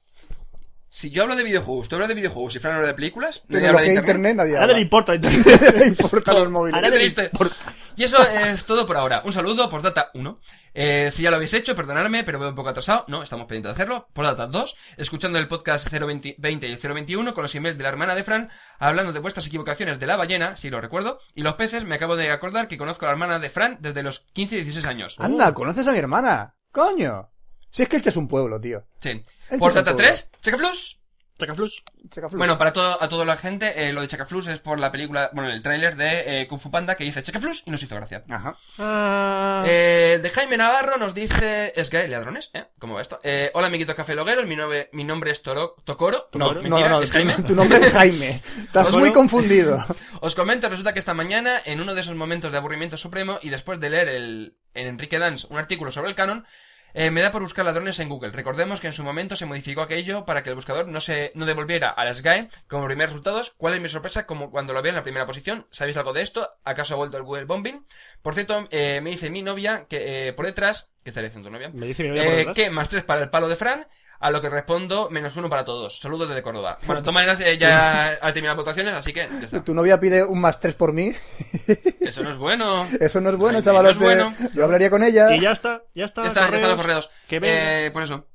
Si yo hablo de videojuegos, tú hablas de videojuegos y Fran habla de películas, nadie
Pero lo
habla
que
de
es
internet.
internet nadie
A nadie le
habla.
importa.
le importa
A
los
nadie
móviles.
Ahora-
le
triste.
importa.
Y eso es todo por ahora. Un saludo por data 1. Eh, si ya lo habéis hecho, perdonadme, pero veo un poco atrasado. No, estamos pendientes de hacerlo. Por data 2, escuchando el podcast 020 20 y el 021 con los emails de la hermana de Fran, hablando de vuestras equivocaciones de la ballena, si lo recuerdo, y los peces, me acabo de acordar que conozco a la hermana de Fran desde los 15 y 16 años.
Anda, conoces a mi hermana. Coño. Si es que Elche es un pueblo, tío.
Sí.
Elche
Por
es un
data
pueblo.
3, Checaflus.
Chacaflus.
Checaflu.
Bueno, para todo, a toda la gente, eh, lo de Checaflus es por la película, bueno, el tráiler de eh, Kung Fu Panda que dice Checaflus y nos hizo gracia.
Ajá.
Ah,
Eh, de Jaime Navarro nos dice... Es gay, ladrones, ¿eh? ¿Cómo va esto? Eh, hola, amiguitos cafelogueros, mi, nobe- mi nombre es Toro- Tocoro.
No, no,
mentira,
no,
es
tu-
Jaime.
Tu nombre es Jaime. Estás
Os
muy
juro.
confundido.
Os comento, resulta que esta mañana, en uno de esos momentos de aburrimiento supremo, y después de leer el, en Enrique Dance un artículo sobre el canon, eh, me da por buscar ladrones en Google. Recordemos que en su momento se modificó aquello para que el buscador no se no devolviera a las GAE como primeros resultados. ¿Cuál es mi sorpresa? Como cuando lo veo en la primera posición. ¿Sabéis algo de esto? ¿Acaso ha vuelto el Google Bombing? Por cierto, eh, me dice mi novia que eh, por detrás... ¿Qué está diciendo tu novia?
me dice mi novia por
Eh,
detrás.
¿Qué? Más tres para el palo de Fran. A lo que respondo, menos uno para todos. Saludos desde Córdoba. Bueno, de todas maneras, eh, ya ha terminado las votaciones, así que ya está.
Tu novia pide un más tres por mí.
Eso no es bueno.
Eso no es bueno,
Jaime,
chavalote.
no es bueno.
Yo hablaría con ella.
Y ya está, ya está.
Ya está, ya están los
correos.
correos.
Que venga.
Eh, por eso,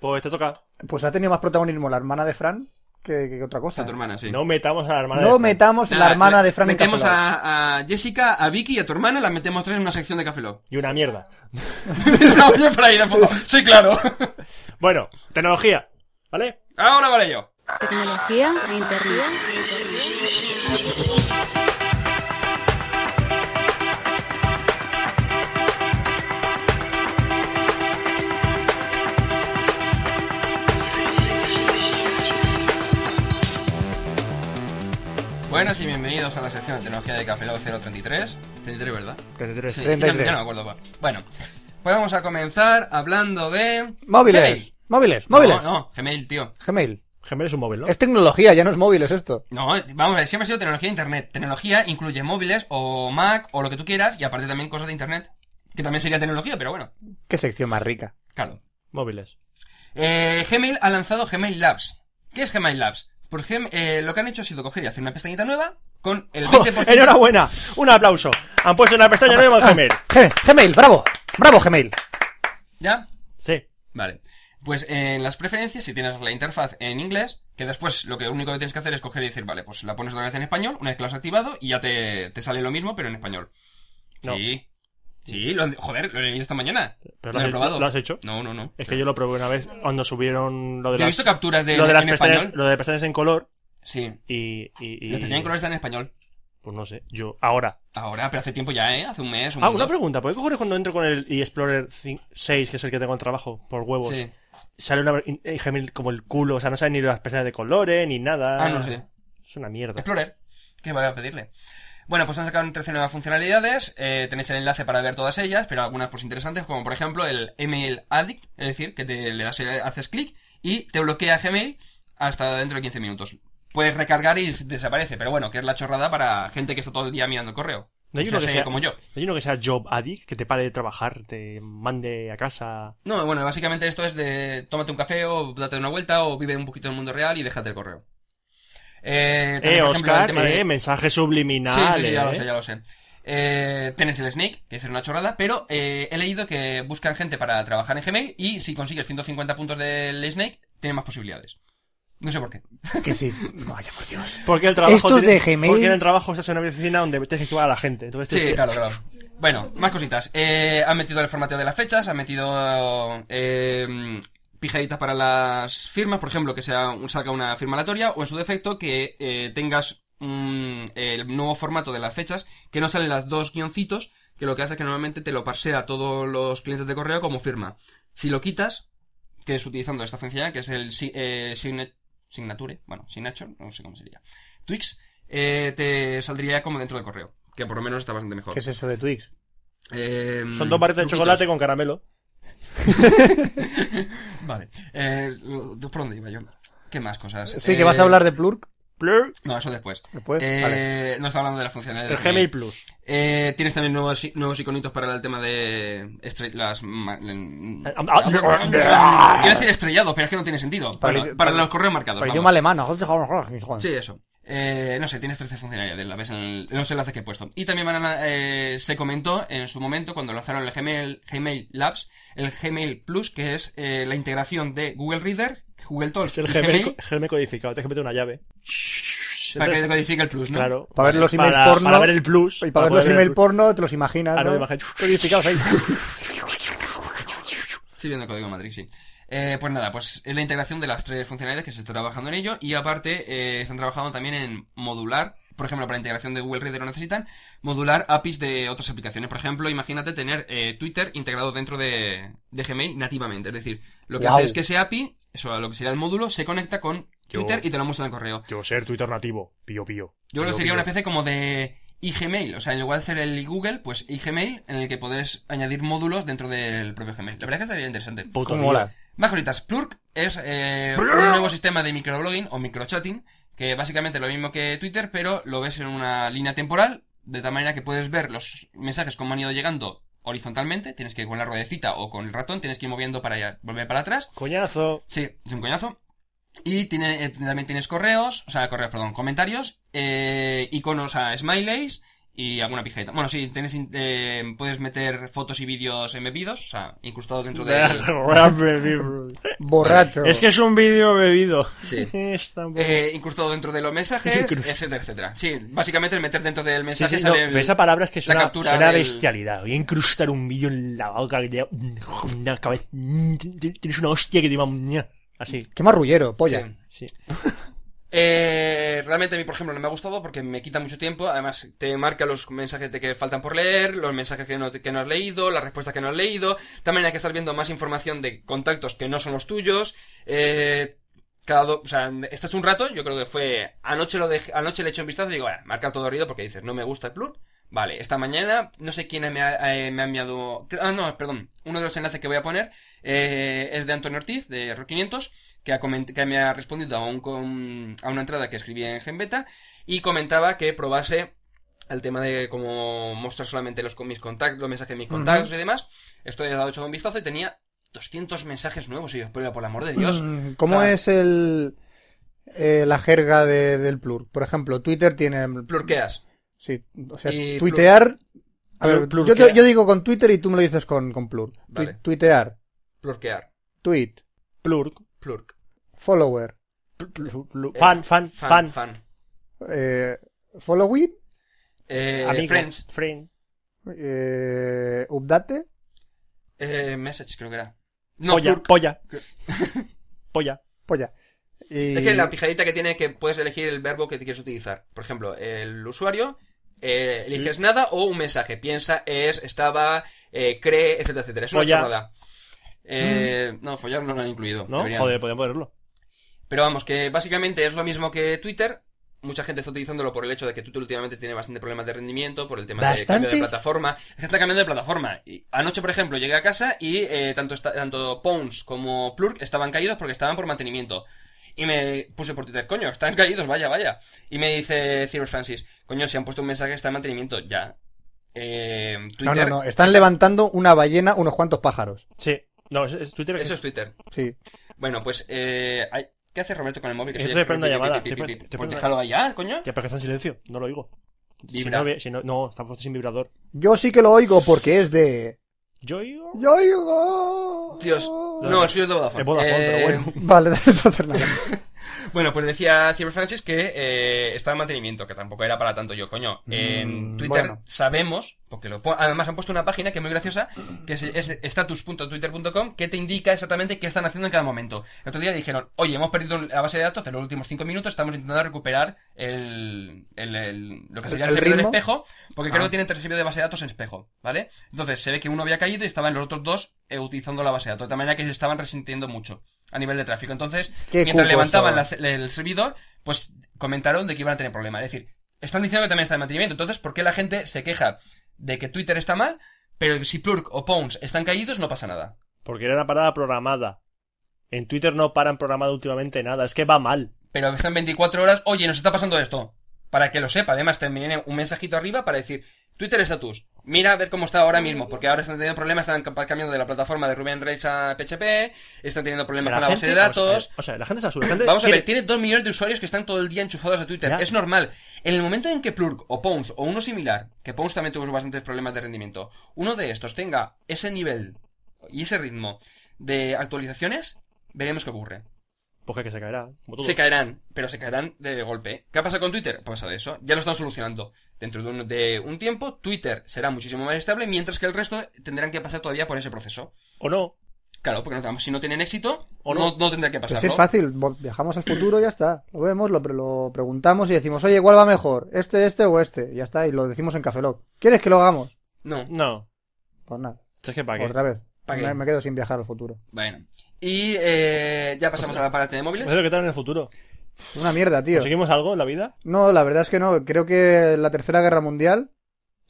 Pues te toca.
Pues ha tenido más protagonismo la hermana de Fran que, que otra cosa.
está tu hermana, sí.
No metamos a la hermana.
No
de Fran.
metamos
Nada,
la hermana
me-
de Fran en
Metemos
Café Lock.
a, a Jessica, a Vicky y a tu hermana, las metemos tres en una sección de Café Lock.
Y una mierda.
Estamos ya por ahí de fondo. Sí, claro.
Bueno, tecnología. ¿Vale?
Ahora vale yo.
Tecnología e internet.
Buenas y bienvenidos a la sección de tecnología de Café Lock 033. 33, ¿verdad? Sí,
33.
Ya, ya no me acuerdo cuál. Bueno, pues vamos a comenzar hablando de...
Móviles.
Gmail.
Móviles, móviles.
No, no, Gmail, tío.
Gmail.
Gmail es un móvil, ¿no?
Es tecnología, ya no es móviles esto.
No, vamos a ver, siempre ha sido tecnología de internet. Tecnología incluye móviles o Mac o lo que tú quieras y aparte también cosas de internet. Que también sería tecnología, pero bueno,
Qué sección más rica.
claro.
Móviles.
Eh, Gmail ha lanzado Gmail Labs. ¿Qué es Gmail Labs? Pues Gem- eh, lo que han hecho ha sido coger y hacer una pestañita nueva con el 20%...
Oh, ¡Enhorabuena! ¡Un aplauso! Han puesto una pestaña nueva en Gmail.
Ge- Gmail, bravo. Bravo, Gmail.
¿Ya?
Sí.
Vale. Pues en las preferencias, si tienes la interfaz en inglés, que después lo que único que tienes que hacer es coger y decir, vale, pues la pones otra vez en español, una vez que la has activado, y ya te, te sale lo mismo, pero en español.
No.
Sí. Sí, lo han- joder, lo he leído esta mañana.
Pero lo
no lo
has
he
hecho-
probado.
¿lo has hecho?
No, no, no.
Es que yo lo probé una vez cuando subieron lo de
Yo he
las,
visto capturas de,
lo de las
en
pestañas,
español.
lo de pestañas en color
Sí.
y, y, y-
Las pestañas en color están en español.
pues no sé, yo ahora.
Ahora, pero hace tiempo ya, ¿eh? Hace un mes. Un
Ah,
mes,
una
dos.
pregunta, ¿por qué cojones cuando entro con el eXplorer 6, que es el que tengo en trabajo, por huevos,
Sí.
sale una in- eh, Gmail como el culo, o sea, no sale ni las pestañas de colores ni nada.
Ah, no sé.
Es una mierda.
Explorer. ¿Qué voy a pedirle? Bueno, pues han sacado 13 nuevas funcionalidades. eh, tenéis el enlace para ver todas ellas, pero algunas pues interesantes, como por ejemplo el Email Addict, es decir, que te le das, eh, haces clic y te bloquea Gmail hasta dentro de 15 minutos. Puedes recargar y desaparece, pero bueno, que es la chorrada para gente que está todo el día mirando el correo.
No hay
O
uno
sea,
que
sé
sea-
como yo.
No hay uno que sea job addict, que te pare de trabajar, te mande a casa.
No, bueno, básicamente esto es de tómate un café o date una vuelta o vive un poquito del mundo real y déjate el correo. Eh,
Eh,
también, por ejemplo, el
Oscar,
tema de-
eh, mensaje subliminal.
Sí, sí, sí, ya lo
eh.
sé, ya lo sé. Eh, tienes el Snake, que es una chorrada, pero eh, he leído que buscan gente para trabajar en Gmail y si consigues 150 puntos del Snake, tiene más posibilidades. No sé por qué.
Que sí. Vaya, por Dios.
Porque el trabajo.
Estos
tiene-
de Gmail-
Porque en el trabajo estás en una oficina donde tienes que actuar a la gente. Entonces,
Sí,
te-
claro, claro. Bueno, más cositas. Eh, han metido el formateo de las fechas, han metido eh, pijaditas para las firmas, por ejemplo, que sea un- salga una firma aleatoria o en su defecto que eh, tengas mm, el nuevo formato de las fechas que no salen las dos guioncitos, que lo que hace es que normalmente te lo parsea a todos los clientes de correo como firma. Si lo quitas, que es utilizando esta funcionalidad, que es el si- eh, signe- signature, bueno, signature, no sé cómo sería, Twix, eh, te saldría como dentro del correo, que por lo menos está bastante mejor.
¿Qué es eso de Twix?
Eh,
Son dos barritas de
truquitos.
chocolate con caramelo.
Vale. Eh, lo- ¿Por dónde iba yo? ¿Qué más cosas?
Sí,
Eh,
que vas a hablar de Plurk
Plur,
No, eso después.
después.
Eh,
Vale.
No está hablando de las funcionalidades.
el
de
Gmail Plus.
Eh, tienes también nuevos, i- nuevos iconitos para el tema de estre- las ma- en-
Eh,
Ah, ah, ah,
Quiero decir estrellado, pero es que no tiene sentido. Bueno,
Para
Para,
el- para el-
los correos marcados.
Pero
vamos.
idioma alemán. Sí.
Ah.
Sí, eso. Eh, no sé, tienes 13 funcionalidades, la ves en, el- en los enlaces que he puesto. Y también van a- eh, se comentó en su momento, cuando lanzaron el Gmail, Gmail Labs, el Gmail Plus, que es eh, la integración de Google Reader, Google
Es
Talks
el
y
Gmail,
Gmail,
co- Gmail codificado. Tienes que meter una llave.
para que
Entonces,
codifique el Plus, ¿no?
Claro.
Para ver los email
para,
porno.
para ver el Plus.
Y para ver los
poder el
email
plus.
porno te los imaginas,
Ahora
¿no?
me imagino, Codificados ahí.
Sí, viendo el código matriz, sí. Eh, pues nada, pues es la integración de las tres funcionalidades que se está trabajando en ello y aparte eh, están trabajando también en modular, por ejemplo, para integración de Google Reader no necesitan modular APIs de otras aplicaciones. Por ejemplo, imagínate tener eh, Twitter integrado dentro de, de Gmail nativamente. Es decir, lo que
Guau.
hace es que ese API, eso lo que sería el módulo, se conecta con
Yo-
Twitter y te lo muestra en el correo.
Yo ser Twitter nativo. Pío, pío.
Yo
Pío,
creo que sería
pío.
una especie como de iGmail, o sea, en lugar de ser el Google, pues iGmail en el que podés añadir módulos dentro del propio Gmail. La verdad es que estaría interesante.
Puto
¿Cómo
tío.
mola?
Más cositas. Plurk es eh,
Plurk.
un nuevo sistema de microblogging o microchatting, que básicamente es lo mismo que Twitter, pero lo ves en una línea temporal, de tal manera que puedes ver los mensajes como han ido llegando horizontalmente, tienes que ir con la ruedecita o con el ratón, tienes que ir moviendo para allá, volver para atrás.
Coñazo.
Sí, es un coñazo. Y tiene, eh, también tienes correos, o sea, correos, perdón, comentarios, eh, iconos a smileys y alguna pijeta. Bueno, sí, tienes, in- eh, puedes meter fotos y vídeos embebidos, o sea, incrustados dentro del...
Borracho.
es que es un vídeo bebido.
Sí.
Es tan bueno.
eh, incrustado dentro de los mensajes,
Incrustado.
etcétera, etcétera. Sí, básicamente el meter dentro del
Sí,
mensaje
sí, no,
sale el-
pero esa palabra es que suena,
captura
suena
del-
bestialidad. Voy a incrustar un vídeo en la boca que te da una cabeza. Tienes una hostia que te va a. Así,
Qué marrullero, polla.
sí.
Sí. Eh, realmente a mí, por ejemplo, no me ha gustado porque me quita mucho tiempo. Además, te marca los mensajes de que faltan por leer, los mensajes que no, que no has leído, las respuestas que no has leído. También hay que estar viendo más información de contactos que no son los tuyos. Eh, cada do- o sea, estás un rato, yo creo que fue anoche lo dejé- anoche le eché un vistazo y digo, "Ah, marcar todo ruido porque dices, no me gusta el plur. Vale, esta mañana, no sé quién me ha, eh, me ha enviado, ah, no, perdón, uno de los enlaces que voy a poner eh, es de Antonio Ortiz, de Rock 500, que, ha coment- que me ha respondido a, un com- a una entrada que escribí en Genbeta y comentaba que probase el tema de cómo mostrar solamente los con mis contactos, los mensajes de mis contactos y demás. Esto le he dado echado un vistazo y tenía 200 mensajes nuevos y yo, pero por el amor de Dios.
Mm, ¿Cómo
O sea-
es el eh, la jerga de- del plur? Por ejemplo, Twitter tiene el
Plurqueas.
Sí, o sea,
Y
tuitear. A ver,
Plur-
yo, te-
plurquear.
yo digo con Twitter y tú me lo dices con, con plur. Tui-
Vale.
Tuitear,
Plurquear.
tweet,
Plurk.
Plurk.
follower,
pl- pl- pl- Fan, fan, fan.
Eh, Fan. fan.
eh, following,
Eh,
Amigo.
friends.
Friend.
eh, update,
Eh, message, creo que era. No,
Polla,
plurk.
polla. Polla.
polla. Y-
Es que la pijadita que tiene que puedes elegir el verbo que te quieres utilizar. Por ejemplo, el usuario, eh,
Mm.
eliges nada o un mensaje. Piensa, es, estaba, eh, cree, etcétera, etcétera. Es una
Follar.
chorrada. Eh,
Mm.
No, follar no lo han incluido.
¿No?
deberían.
Joder, podían ponerlo.
Pero vamos, que básicamente es lo mismo que Twitter. Mucha gente está utilizándolo por el hecho de que Twitter últimamente tiene bastante problemas de rendimiento, por el tema de cambio de
¿Bastantes?
plataforma. Es que está cambiando de plataforma. Y anoche, por ejemplo, llegué a casa y eh, tanto, esta- tanto Pons como Plurk estaban caídos porque estaban por mantenimiento. Y me puse por Twitter, coño, están caídos, vaya, vaya. Y me dice Cyrus Francis, coño, si han puesto un mensaje, está en mantenimiento, ya. Eh,
No,
Twitter.
no, no, están levantando una ballena, unos cuantos pájaros.
Sí. No, es, es Twitter.
Eso es Twitter.
Sí.
Bueno, pues, eh, ay, ¿qué hace Roberto con el móvil? Que
Estoy
oye-
esperando llamada, estoy
Pues
esperando- estoy
déjalo allá, coño.
Ya, pero que está en silencio. No lo oigo. Si
Vibra.
no, ve- si no, no, está puesto sin vibrador.
Yo sí que lo oigo porque es de.
Yo oigo.
¡Yo oigo!
Dios. No, el suyo es de Vodafone.
Es Vodafone,
Eh,
pero bueno.
Vale, entonces nada.
Bueno, pues decía Cyber Francis que eh, estaba en mantenimiento, que tampoco era para tanto yo, coño. En
Mm,
Twitter
bueno.
sabemos, porque lo pon- además han puesto una página que es muy graciosa, que es, es status.twitter.com, que te indica exactamente qué están haciendo en cada momento. El otro día dijeron, oye, hemos perdido la base de datos de los últimos cinco minutos, estamos intentando recuperar el, el- el- lo que sería el,
¿El
servidor
ritmo?
espejo, porque
Ah.
creo que tienen tres servidores de base de datos en espejo, ¿vale? Entonces se ve que uno había caído y estaban los otros dos eh, utilizando la base de datos, de tal manera que se estaban resintiendo mucho a nivel de tráfico. Entonces,
Qué cucos
mientras levantaban
son.
las- el servidor, pues comentaron de que iban a tener problemas. Es decir, están diciendo que también está en mantenimiento. Entonces, ¿por qué la gente se queja de que Twitter está mal, pero si Plurk o Pons están caídos, no pasa nada?
Porque era una parada programada. En Twitter no paran programado últimamente nada. Es que va mal.
Pero están 24 horas, oye, nos está pasando esto. Para que lo sepa, además te viene un mensajito arriba para decir, Twitter status, mira a ver cómo está ahora mismo, porque ahora están teniendo problemas, están cam- cambiando de la plataforma de Rubén Reyes a PHP, están teniendo problemas
La
con la base de
gente- Pues, eh, vamos a ver,
datos,
O sea, la gente se asusta. la gente
Vamos a ver,
quiere-
tiene dos millones de usuarios que están todo el día enchufados a Twitter.
Ya.
Es normal. En el momento en que Plurk o Pons o uno similar, que Pons también tuvo bastantes problemas de rendimiento, uno de estos tenga ese nivel y ese ritmo de actualizaciones, veremos qué ocurre.
Pues que se caerá. como todo.
Se caerán, pero se caerán de golpe. ¿Qué ha pasado con Twitter? Ha pasado eso. Ya lo están solucionando. Dentro de un, de un tiempo, Twitter será muchísimo más estable, mientras que el resto tendrán que pasar todavía por ese proceso.
O no.
Claro, porque no, tenemos- si no tienen éxito,
O no.
no, no tendrá que
Pues sí,
pasarlo.
es fácil, vo- viajamos al futuro y ya está. Lo vemos, lo, pre- lo preguntamos y decimos, oye, ¿cuál va mejor? ¿Este, este o este? Y ya está, y lo decimos en Café Lock. ¿Quieres que lo hagamos?
No.
No.
Pues nada,
Es que para qué.
otra vez.
¿Para qué?
Me, me quedo sin viajar al futuro.
Bueno. Y eh, ya pasamos a la parte de móviles.
No sé lo que tal en el futuro.
Una mierda, tío.
¿Conseguimos algo en la vida?
No, la verdad es que no. Creo que la Tercera Guerra Mundial,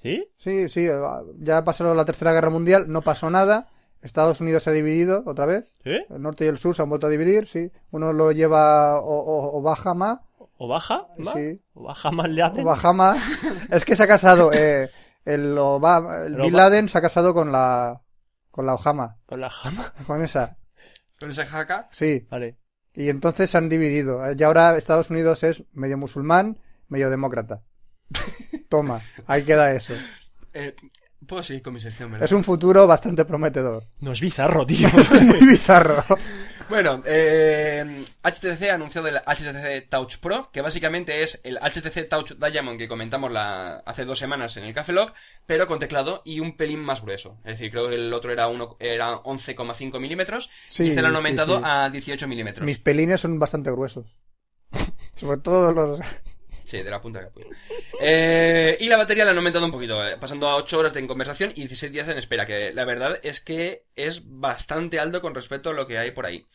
¿Sí?
sí, sí, eh, ya pasó la Tercera Guerra Mundial, no pasó nada. Estados Unidos se ha dividido otra vez.
¿Sí?
El norte y el sur se han vuelto a dividir, sí. Uno lo lleva o, o, Obama,
¿O baja? ¿Ma?
Sí.
¿O baja más le hacen?
Obama es que se ha casado eh, el, Obama, el
El
Bin
Oba-
Laden se ha casado con la con la Ojama
¿Con la jama?
con esa
Con esa jaca.
sí
Vale.
y entonces se han dividido y ahora Estados Unidos es medio musulmán medio demócrata toma ahí queda eso
eh, Puedo seguir con mi sección, ¿verdad?
Es un futuro bastante prometedor.
No es bizarro, tío.
Muy bizarro.
Bueno, eh, HTC ha anunciado el HTC Touch Pro, que básicamente es el HTC Touch Diamond que comentamos la, hace dos semanas en el Café Lock, pero con teclado y un pelín más grueso. Es decir, creo que el otro era, uno- era 11,5 milímetros y
Sí,
este lo han
sí,
aumentado
sí.
a 18 milímetros.
Mis pelines son bastante gruesos. Sobre todo los...
Sí, de la punta que pude. Eh, y la batería la han aumentado un poquito, eh, pasando a 8 horas de conversación y 16 días en espera, que la verdad es que es bastante alto con respecto a lo que hay por ahí.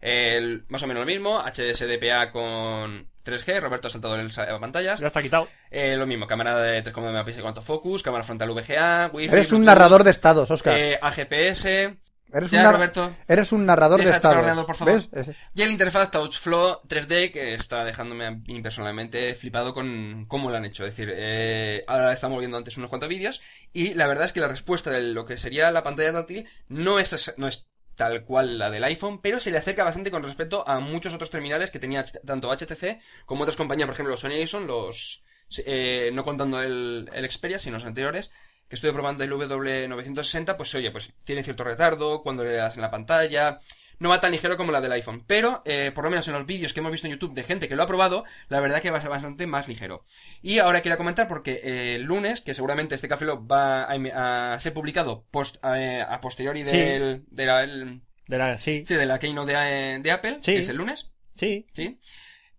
El- más o menos lo mismo, HSDPA con 3G, Roberto ha saltado el pantallas.
Ya está quitado.
Eh, lo mismo, cámara de 3,9 megapíxeles con autofocus, cámara frontal VGA, wifi...
Eres un
Bluetooth,
narrador de estados, Oscar.
eh, AGPS...
eres, un
ya,
nar-
Roberto.
eres un narrador de
Deja de tocar
estados.
ordenador, por favor.
¿Ves? Es-
Y el interfaz TouchFlow 3D que está dejándome a mí personalmente flipado con cómo lo han hecho. Es decir, eh, ahora estamos viendo antes unos cuantos vídeos y la verdad es que la respuesta de lo que sería la pantalla táctil no es, esa- no es tal cual la del iPhone, pero se le acerca bastante con respecto a muchos otros terminales que tenía H- tanto HTC como otras compañías, por ejemplo, Sony Ericsson, los eh, no contando el, el Xperia, sino los anteriores, que estuve probando el W960, pues oye, pues tiene cierto retardo cuando le das en la pantalla, no va tan ligero como la del iPhone, pero eh, por lo menos en los vídeos que hemos visto en YouTube de gente que lo ha probado, la verdad que va a ser bastante más ligero. Y ahora quería comentar porque eh, el lunes, que seguramente este Café Lock va a, em- a ser publicado post- a, eh, a posteriori
Sí.
del, de, la, el-
De la- sí,
sí, de la Keynote de, eh, de Apple,
Sí.
que es el lunes,
sí.
¿sí?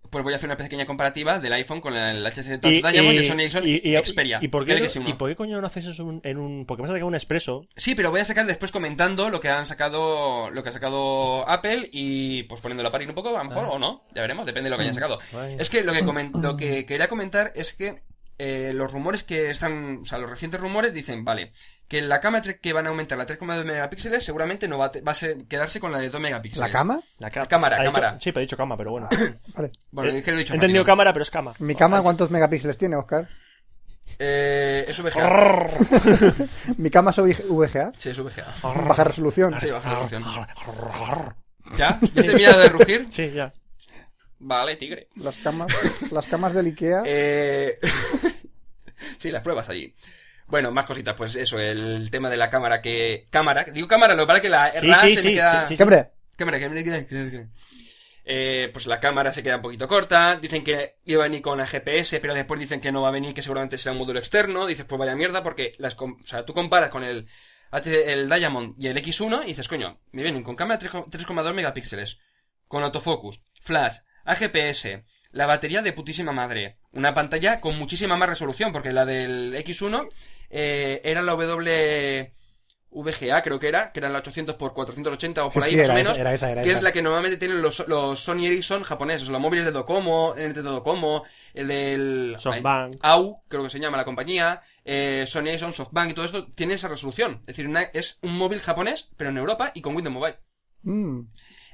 Pues voy a hacer una pequeña comparativa del iPhone con el HTC Touch
Y,
Diamond y
y-
el Sony Ericsson
y- y-
Xperia.
¿y por, qué,
Creo que sí, uno.
¿Y por qué coño no haces eso en un- en un...? Porque me has sacado un expreso.
Sí, pero voy a sacar después comentando lo que han sacado, lo que ha sacado Apple y pues poniéndolo a parir un poco, a lo
Ah.
mejor, o no, ya veremos, depende de
Mm.
lo que hayan sacado.
Vaya.
Es que lo que, comen- lo que quería comentar es que eh, los rumores que están, o sea, los recientes rumores dicen, vale, que la cámara tre- que van a aumentar la 3,2 megapíxeles seguramente no va a, te- va a ser- quedarse con la de 2 megapíxeles.
¿La cama?
La ca-
cámara,
ha dicho-
cámara.
sí, pero he dicho cama, pero bueno.
Vale.
Bueno,
Eh,
es que lo he dicho
he entendido
rápido.
cámara, pero es cama.
¿Mi cama cuántos megapíxeles tiene, Oscar?
Eh, es VGA.
¿Mi cama es VGA?
sí, es VGA.
Baja resolución.
Sí, baja resolución. ¿Ya? ¿Ya has terminado de rugir?
Sí, ya.
Vale, tigre.
Las camas, las camas del Ikea.
Eh, sí, las pruebas allí. Bueno, más cositas, pues eso, el tema de la cámara que... Cámara, digo cámara, lo que pasa es que la
Sí,
RA
sí,
se
sí,
me queda...
sí, sí.
¿Qué, hombre?
Cámara, cámara, cámara, cámara. Eh, pues la cámara se queda un poquito corta. Dicen que iba a venir con la GPS, pero después dicen que no va a venir, que seguramente será un módulo externo. Dices, pues vaya mierda, porque las com- o sea, tú comparas con el, el Diamond y el X1 y dices, coño, me vienen con cámara 3 3,2 megapíxeles, con autofocus, flash, AGPS, la batería de putísima madre, una pantalla con muchísima más resolución, porque la del X1 eh, era la W. VGA creo que era, que eran la 800x480 o por ahí
Sí, sí,
más o
era
menos
esa, era esa, era
que
esa.
es la que normalmente tienen los, los Sony Ericsson japoneses, los móviles de Docomo, el de Docomo, el del
Softbank.
AU, creo que se llama la compañía, eh, Sony Ericsson, SoftBank y todo esto, tiene esa resolución. Es decir, una- es un móvil japonés, pero en Europa y con Windows Mobile.
Mm,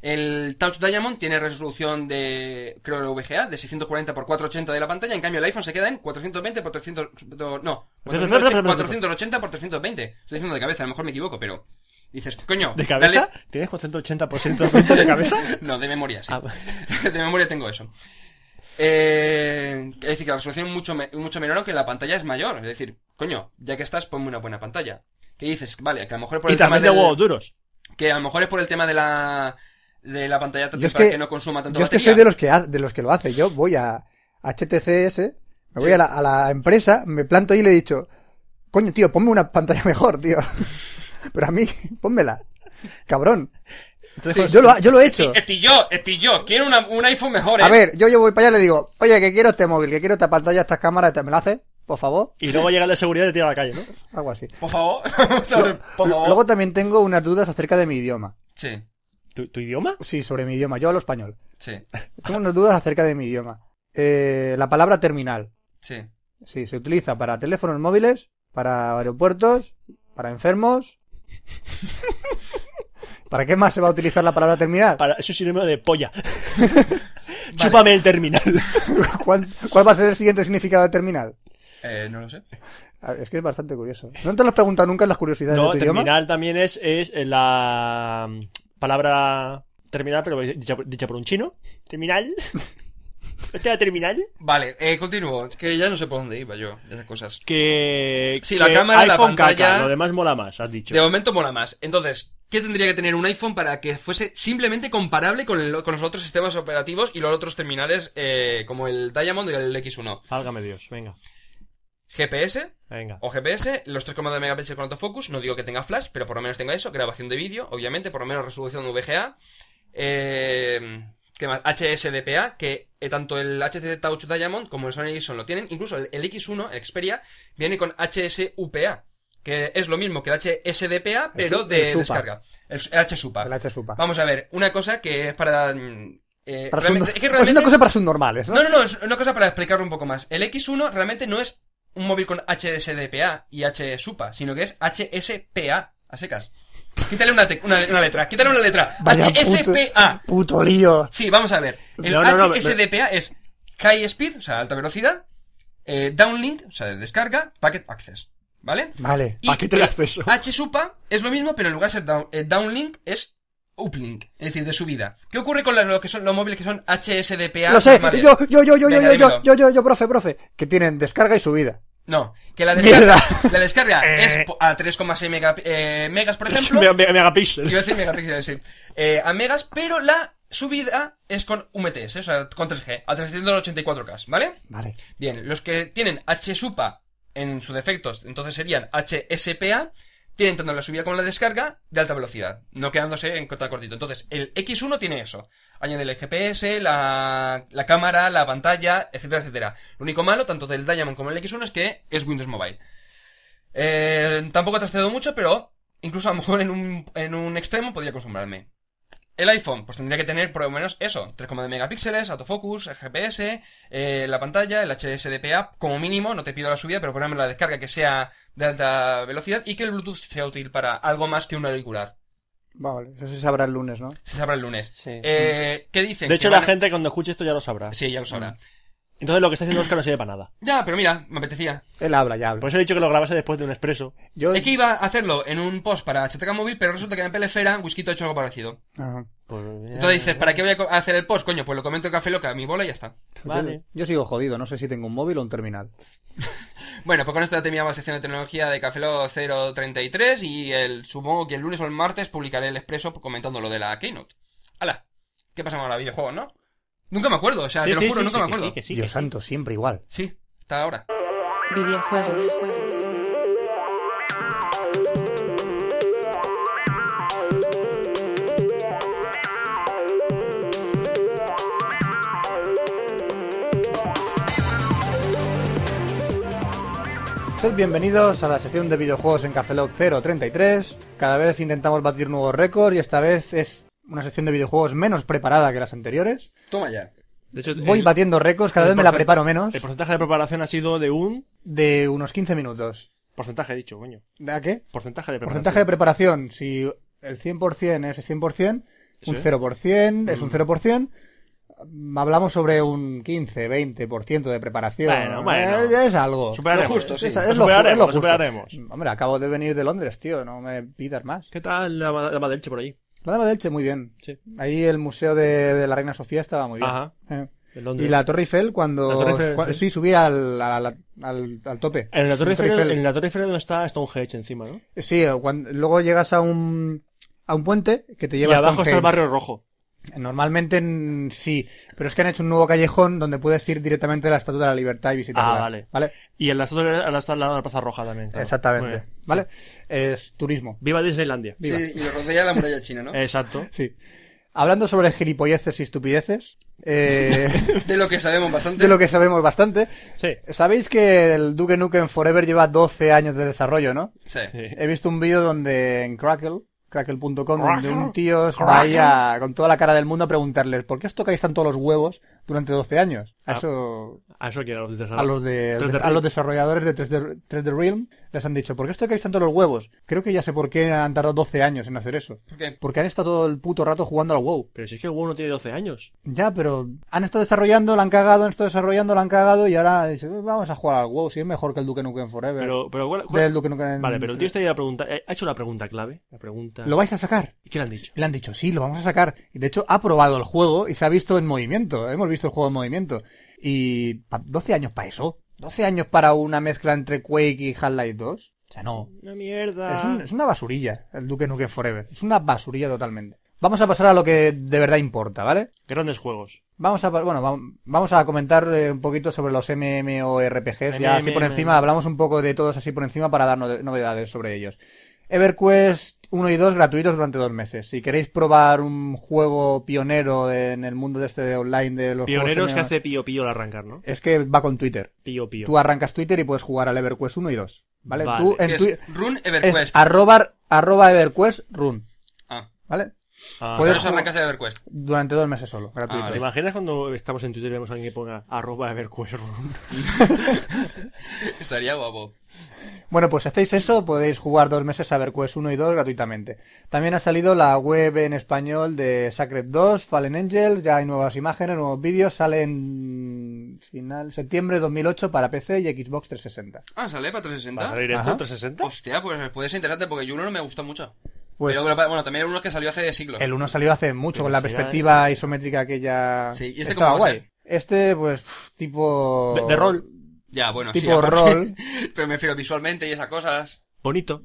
El Touch Diamond tiene resolución de, creo que VGA, de 640x480 de la pantalla, en cambio el iPhone se queda en 420x300, no, 480x320. Estoy diciendo de cabeza, a lo mejor me equivoco, pero... Dices, coño,
¿De
dale-
cabeza? ¿Tienes 480% de cabeza?
No, de memoria, sí.
Ah,
de memoria tengo eso. Eh, es decir, que la resolución es mucho, me- mucho menor, aunque la pantalla es mayor. Es decir, coño, ya que estás, ponme una buena pantalla. Que dices, vale, que a lo mejor por
y
el tema
también de
del-
huevos duros.
que a lo mejor es por el tema de la de la pantalla táctil
Yo es
para que,
que-
no consuma tanto
Yo es que
batería.
soy de los que, ha- de los que lo hace. Yo voy a HTCS, me voy
Sí.
a, la, a la empresa, me planto ahí y le he dicho, coño, tío, ponme una pantalla mejor, tío. Pero a mí, pónmela. Cabrón.
Entonces,
Yo, lo, ha- yo lo he hecho.
Esti- esti yo, esti yo, quiero una- un iPhone mejor, eh.
A ver, yo, yo voy para allá y le digo, oye, que quiero este móvil, que quiero esta pantalla, estas cámaras, ¿me la haces? Por favor.
pues, Y luego llega la seguridad y te tira a la calle, ¿no?
Algo así.
Por favor. por favor.
Luego también tengo unas dudas acerca de mi idioma.
Sí,
¿Tu, tu idioma?
Sí, sobre mi idioma. Yo hablo español.
sí,
Tengo unas dudas acerca de mi idioma. Eh, la palabra terminal.
sí.
Sí, se utiliza para teléfonos móviles, para aeropuertos, para enfermos. ¿Para qué más se va a utilizar la palabra terminal?
Para, eso es sinónimo de polla. Chúpame el terminal.
¿Cuál, cuál va a ser el siguiente significado de terminal?
Eh, no lo sé.
A ver, Es que es bastante curioso. ¿No te lo has preguntado nunca en las curiosidades
No,
de tu idioma?
terminal también es, es eh, la mm, palabra terminal, pero dicha, dicha por un chino. Terminal. ¿Está Este terminal?
Vale, eh, continúo. Es que ya no sé por dónde iba yo, de esas cosas.
Que.
Sí,
que
la cámara, la
iPhone
pantalla-
caca, lo demás mola más, has dicho.
De momento mola más. Entonces, ¿qué tendría que tener un iPhone para que fuese simplemente comparable con, el- con los otros sistemas operativos y los otros terminales eh, como el Diamond y el X1?
Válgame Dios, venga,
GPS
venga.
o GPS, los 3,2 megapíxeles con autofocus, no digo que tenga flash, pero por lo menos tenga eso, grabación de vídeo, obviamente, por lo menos resolución VGA. Eh, ¿Qué más? HSDPA, que eh, tanto el HZ8 Diamond como el Sony Ericsson lo tienen. Incluso el, el X1, el Xperia, viene con HSUPA, que es lo mismo que el HSDPA, pero
el
de
SUPA.
descarga. El, s- el HSUPA.
El H-Supa.
Vamos a ver, una cosa que es para... mm, eh,
Para
realmente-
subno-
es que
Es
realmente-
una cosa para subnormales, ¿no?
no, no, no, es una cosa para explicarlo un poco más. El X1 realmente no es un móvil con HSDPA y HSUPA, sino que es HSPA, a secas. Quítale una, tec- una, una letra, quítale una letra.
Vaya
HSPA.
Puto lío.
Sí, vamos a ver. El
No, no, no,
HSDPA es High Speed, o sea, alta velocidad, eh, Downlink, o sea, de descarga, Packet Access, ¿vale?
Vale.
Y
Paquete de
el
acceso.
HSUPA es lo mismo, pero en lugar de ser down- eh, downlink es uplink, es decir, de subida. ¿Qué ocurre con las- lo que son los móviles que son HSDPA
Lo sé.
normales?
Yo, yo, yo, yo, yo,
Venga,
yo, yo,
dímelo.
yo, yo, yo, profe, profe. Que tienen descarga y subida.
No, que la descarga, la descarga
Eh.
es po- a 3,6 mega- eh, megas, por ejemplo.
Me-
Quiero
me- Megapíxeles.
decir megapíxeles, sí. Eh, a megas, pero la subida es con UMTS, o sea, con 3G, a 384K, ¿vale?
Vale.
Bien, los que tienen HSUPA en su defecto, entonces serían HSPA, tienen tanto la subida como la descarga de alta velocidad, no quedándose en cota cortito. Entonces, el X1 tiene eso. Añade el GPS, la, la cámara, la pantalla, etcétera, etcétera. Lo único malo, tanto del Diamond como del X1, es que es Windows Mobile. Eh, tampoco ha trasteado mucho, pero incluso a lo mejor en un, en un extremo podría acostumbrarme. El iPhone, pues tendría que tener por lo menos eso, 3,2 megapíxeles, autofocus, GPS, eh, la pantalla, el HSDPA, como mínimo, no te pido la subida, pero ponme la descarga que sea de alta velocidad y que el Bluetooth sea útil para algo más que un auricular.
Vale. Eso se sabrá el lunes, ¿no?
Se sabrá el lunes.
Sí.
Eh, ¿Qué dicen?
De
Que
hecho, la
van a-
gente cuando escuche esto ya lo sabrá.
Sí, ya lo sabrá.
Entonces lo que está haciendo Oscar no sirve para nada.
Ya, pero mira, me apetecía.
Él habla, ya habla.
Por eso he dicho que lo grabase después de un expreso.
yo...
Es que iba a hacerlo en un post para HTK Móvil, pero resulta que en Pelefera, Whisky ha hecho algo parecido.
Ajá.
Pues, mira,
Entonces dices, ¿para qué voy a co- a hacer el post? Coño, pues lo comento en Café Loca, mi bola y ya está.
Vale.
Yo, yo sigo jodido. No sé si tengo un móvil o un terminal.
Bueno, pues con esto ya terminamos la sección de tecnología de Café Lock 033 y el, supongo que el lunes o el martes publicaré el expreso comentando lo de la Keynote. ¡Hala! ¿Qué pasamos ahora? ¿Videojuegos, no? Nunca me acuerdo, o sea, te lo juro, nunca me
que
acuerdo.
sí, que sí, que
Dios
sí.
santo, siempre igual.
Sí, hasta ahora.
videojuegos,
Sed bienvenidos a la sección de videojuegos en Cafelog 033. Cada vez intentamos batir nuevos récords y esta vez es una sección de videojuegos menos preparada que las anteriores.
Toma ya.
De hecho,
Voy
el-
batiendo récords, cada
el
vez me la
porcent-
preparo menos.
El porcentaje de preparación ha sido de un.
De unos 15 minutos.
Porcentaje, he dicho, coño.
¿A qué?
Porcentaje de preparación.
Porcentaje de preparación. Si el 100% es 100%, un
Sí.
0%
Mm.
es un 0%. Hablamos sobre un 15, 20% de preparación.
Bueno, bueno.
Eh, ya Es algo.
Superaremos.
Lo justo, sí.
Es,
Lo
es lo ju-
superaremos,
es Mm. lo
lo
justo.
superaremos.
Hombre, acabo de venir de Londres, tío. No me pidas más.
¿Qué tal la, ma- la Madelche por ahí?
La de Elche, muy bien.
Sí.
Ahí el museo de, de la Reina Sofía estaba muy bien.
Ajá.
Eh.
¿En Londres.
Y la Torre Eiffel cuando...
La Torre Eiffel,
cua-
sí.
sí. subí al, al, al- al tope.
En la Torre Eiffel,
Eiffel.
en la Torre Eiffel donde está Stonehenge encima, ¿no?
Sí, cuando- luego llegas a un, a un puente que te
Y
lleva a
abajo está el
Stonehenge.
barrio rojo.
Normalmente mm, sí, pero es que han hecho un nuevo callejón donde puedes ir directamente a la Estatua de la Libertad y visitarla.
Ah, vale.
¿Vale?
Y en la otra al lado de la Plaza Roja también. claro. Muy
Exactamente.
bien.
¿Vale? Es turismo.
Viva Eh. Disneylandia.
Viva.
Sí, y lo rodea la muralla china, ¿no?
Exacto.
Sí. Hablando sobre gilipolleces y estupideces, eh,
De lo que sabemos bastante.
de lo que sabemos bastante,
Sí.
Sabéis que el Duke Nukem Forever lleva 12 años de desarrollo, ¿no?
Sí.
He visto un vídeo donde en Crackle, crackle.com, donde
Crackle.
un tío os va ahí a- con toda la cara del mundo a preguntarles ¿por qué os tocáis tanto los huevos durante 12 años? A
Ah.
eso,
A eso quiero los
a los, de,
3D
a los desarrolladores de 3D, 3D Realm les han dicho ¿por qué os tocáis tanto los huevos? Creo que ya sé por qué han tardado 12 años en hacer eso.
¿Por qué?
Porque han estado todo el puto rato jugando al WoW.
Pero si es que el WoW no tiene 12 años.
Ya, pero han estado desarrollando, la han cagado, han estado desarrollando, la han cagado y ahora dice, "Eh, vamos a jugar al WoW, si es mejor que el Duke Nukem Forever.
Pero, pero ¿cuál- cuál-
Del Duke Nukem
Vale, pero el tío está ahí a preguntar. eh, Ha hecho la pregunta clave. La pregunta.
¿Lo vais a sacar?
¿Y qué le han dicho?
Le han dicho, sí, lo vamos a sacar. Y de hecho ha probado el juego y se ha visto en movimiento. Hemos visto el juego en movimiento. Y pa- 12 años para eso. 12 años para una mezcla entre Quake y Half-Life 2. O sea, no.
Una mierda.
Es, un- es una basurilla el Duke Nukem Forever. Es una basurilla totalmente. Vamos a pasar a lo que de verdad importa, ¿vale?
Grandes juegos.
Vamos a, pa- bueno, va- vamos a comentar eh, un poquito sobre los MMORPGs, ya así por
MMM.
encima, hablamos un poco de todos así por encima para dar no- novedades sobre ellos. EverQuest 1 y 2 gratuitos durante dos meses. Si queréis probar un juego pionero en el mundo de este de online de los juegos
Pioneros que
MMO,
hace pío pío al arrancar, ¿no?
Es que va con Twitter.
Pío pío.
Tú arrancas Twitter y puedes jugar al EverQuest 1 y 2, ¿vale?
Vale.
Tú
Que
en
es
Twitter
Run
es
EverQuest.
arroba, arroba EverQuest run,
Ah,
¿vale?
Ah,
puedes-
pero eso arrancas de EverQuest.
Durante dos meses solo, gratuito.
Ah,
¿Te imaginas cuando estamos en Twitter y vemos a alguien que ponga arroba a ver
Estaría guapo.
Bueno, pues si hacéis eso, podéis jugar dos meses a VerQuest 1 y 2 gratuitamente. También ha salido la web en español de Sacred 2, Fallen Angel, ya hay nuevas imágenes, nuevos vídeos, salen final septiembre de 2008 para PC y Xbox 360.
Ah, sale para
¿Va a
360.
salir esto
Ajá.
en 360?
Hostia, pues puede ser interesante porque yo uno no me gustó mucho.
Pues
Pero bueno, bueno, también era uno que salió hace siglos.
el 1 salió hace mucho,
Pero
con la
será-
perspectiva isométrica aquella...
Sí, ¿y este
Estaba
cómo va a
guay. Este, pues, pf, tipo...
De- de rol.
Ya, bueno, sí.
Tipo
aparte-
rol.
pero me refiero visualmente y esas cosas.
Bonito.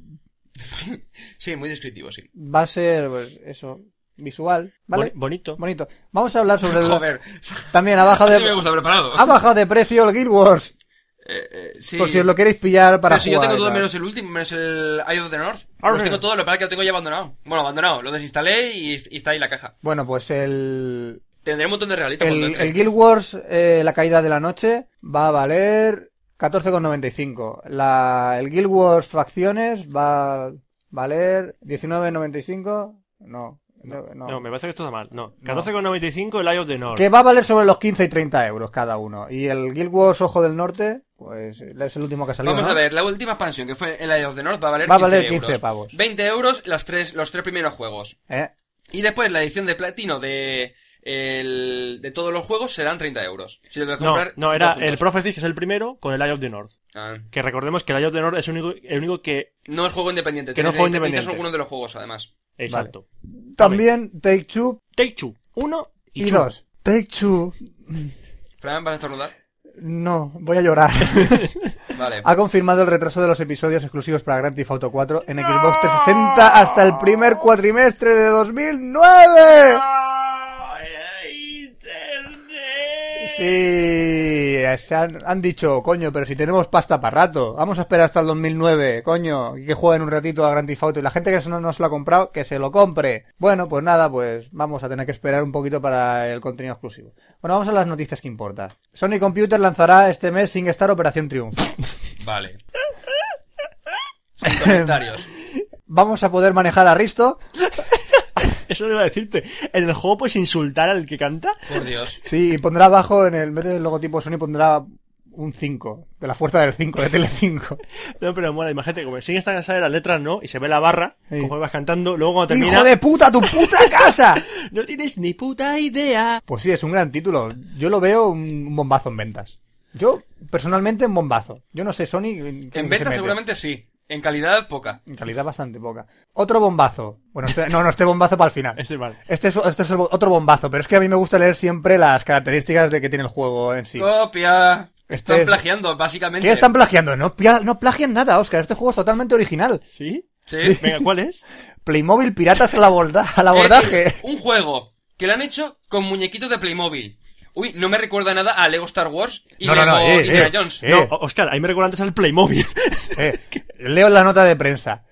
Sí, muy descriptivo, sí.
Va a ser, pues, eso, visual, ¿vale?
Boni- bonito.
Bonito. Vamos a hablar sobre... el-
Joder,
También ha bajado
así me
de...
gusta preparado.
Ha bajado de precio el Guild Wars.
Eh, eh, sí.
Ah. Por si os lo queréis pillar para
pero si yo
jugar.
tengo todo
claro.
menos el último, menos el Eye of the North.
Ah,
Arre.
Los tengo todos, lo que pasa es que lo tengo ya abandonado. Bueno, abandonado, lo desinstalé y, y está ahí la caja.
Bueno, pues el,
Tendré un montón de realitas cuando
el,
entre.
el Guild Wars, eh, la caída de la noche, va a valer 14,95. La, el Guild Wars Facciones va a valer 19,95. No, no, no.
No, me parece que esto está mal. No. 14,95 el Eye of the North.
Que va a valer sobre los 15 y 30 euros cada uno. Y el Guild Wars Ojo del Norte, pues es el último que ha salido.
Vamos
¿no?
a ver, la última expansión que fue el Eye of the North va a valer
Va a valer
15
15
euros.
pavos.
20 euros las tres, los tres primeros juegos.
¿Eh?
Y después la edición de platino de, el- de todos los juegos serán 30 euros. Si lo quieres
No,
comprar.
no, era
todos
el
juntos.
Prophecy, que es el primero, con el Eye of the North.
Ah,
Que recordemos que el Eye of the North es el único, el único que...
no es juego independiente.
Que no es
tienes-
juego
necesitas
independiente.
alguno de los juegos, además.
Exacto.
También Take Two
Take Two. Uno y,
y
Two.
dos. Take Two.
Fran, ¿vas a estornudar?
No, voy a llorar.
Vale.
Ha confirmado el retraso de los episodios exclusivos para Grand Theft Auto 4 en Xbox 360 hasta el primer cuatrimestre de 2009. Sí, se han, han dicho, coño, pero si tenemos pasta para rato, vamos a esperar hasta el 2009, coño, y que jueguen un ratito a Grand Theft Auto y la gente que no nos lo ha comprado, que se lo compre. Bueno, pues nada, pues vamos a tener que esperar un poquito para el contenido exclusivo. Bueno, vamos a las noticias que importan. Sony Computer lanzará este mes sin estar Operación Triunfo.
Vale. Sin comentarios.
Vamos a poder manejar a Risto.
Eso debo decirte. En el juego puedes insultar al que canta.
Por Dios.
Sí, y pondrá abajo en el en vez del logotipo Sony pondrá un 5, de la fuerza del 5, de Tele5.
No, pero mola, imagínate, como siguen esta casa de las letras, ¿no? Y se ve la barra,
Sí.
como vas cantando, luego cuando termina...
¡Hijo de puta, tu puta casa!
No tienes ni puta idea.
Pues sí, es un gran título. Yo lo veo un bombazo en ventas. Yo, personalmente, un bombazo. Yo no sé, Sony... En, qué se
En venta
mete.
seguramente sí. En calidad, poca.
En calidad bastante poca. Otro bombazo. Bueno, este- no, no, este bombazo para el final.
Este es mal.
Este es, este es el bo- otro bombazo, pero es que a mí me gusta leer siempre las características de que tiene el juego en sí. Este
Copia. Están
es-
plagiando, básicamente.
¿Qué están plagiando? No, pia- no plagian nada, Oscar. Este juego es totalmente original.
¿Sí?
Sí.
Venga, ¿cuál es?
Playmobil Piratas al, aborda- al
Es
abordaje.
decir, un juego que lo han hecho con muñequitos de Playmobil. Uy, no me recuerda nada a Lego Star Wars y
No, no,
Lego
no, eh,
Indiana
eh,
Jones.
eh.
No, O- Oscar, ahí me recuerda antes al Playmobil.
Eh, leo la nota de prensa.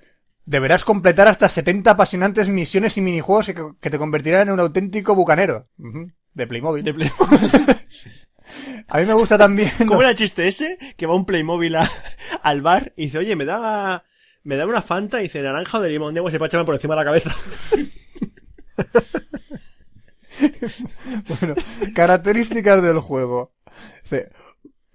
Deberás completar hasta 70 apasionantes misiones y minijuegos que, que te convertirán en un auténtico bucanero. Ujú, De Playmobil.
De Playmobil.
A mí me gusta también.
¿Cómo era el chiste ese? Que va un Playmobil a- al bar y dice, oye, me da... Me da una fanta y dice naranja o de limón de agua y se pacha por encima de la cabeza.
Bueno, características del juego. Dice,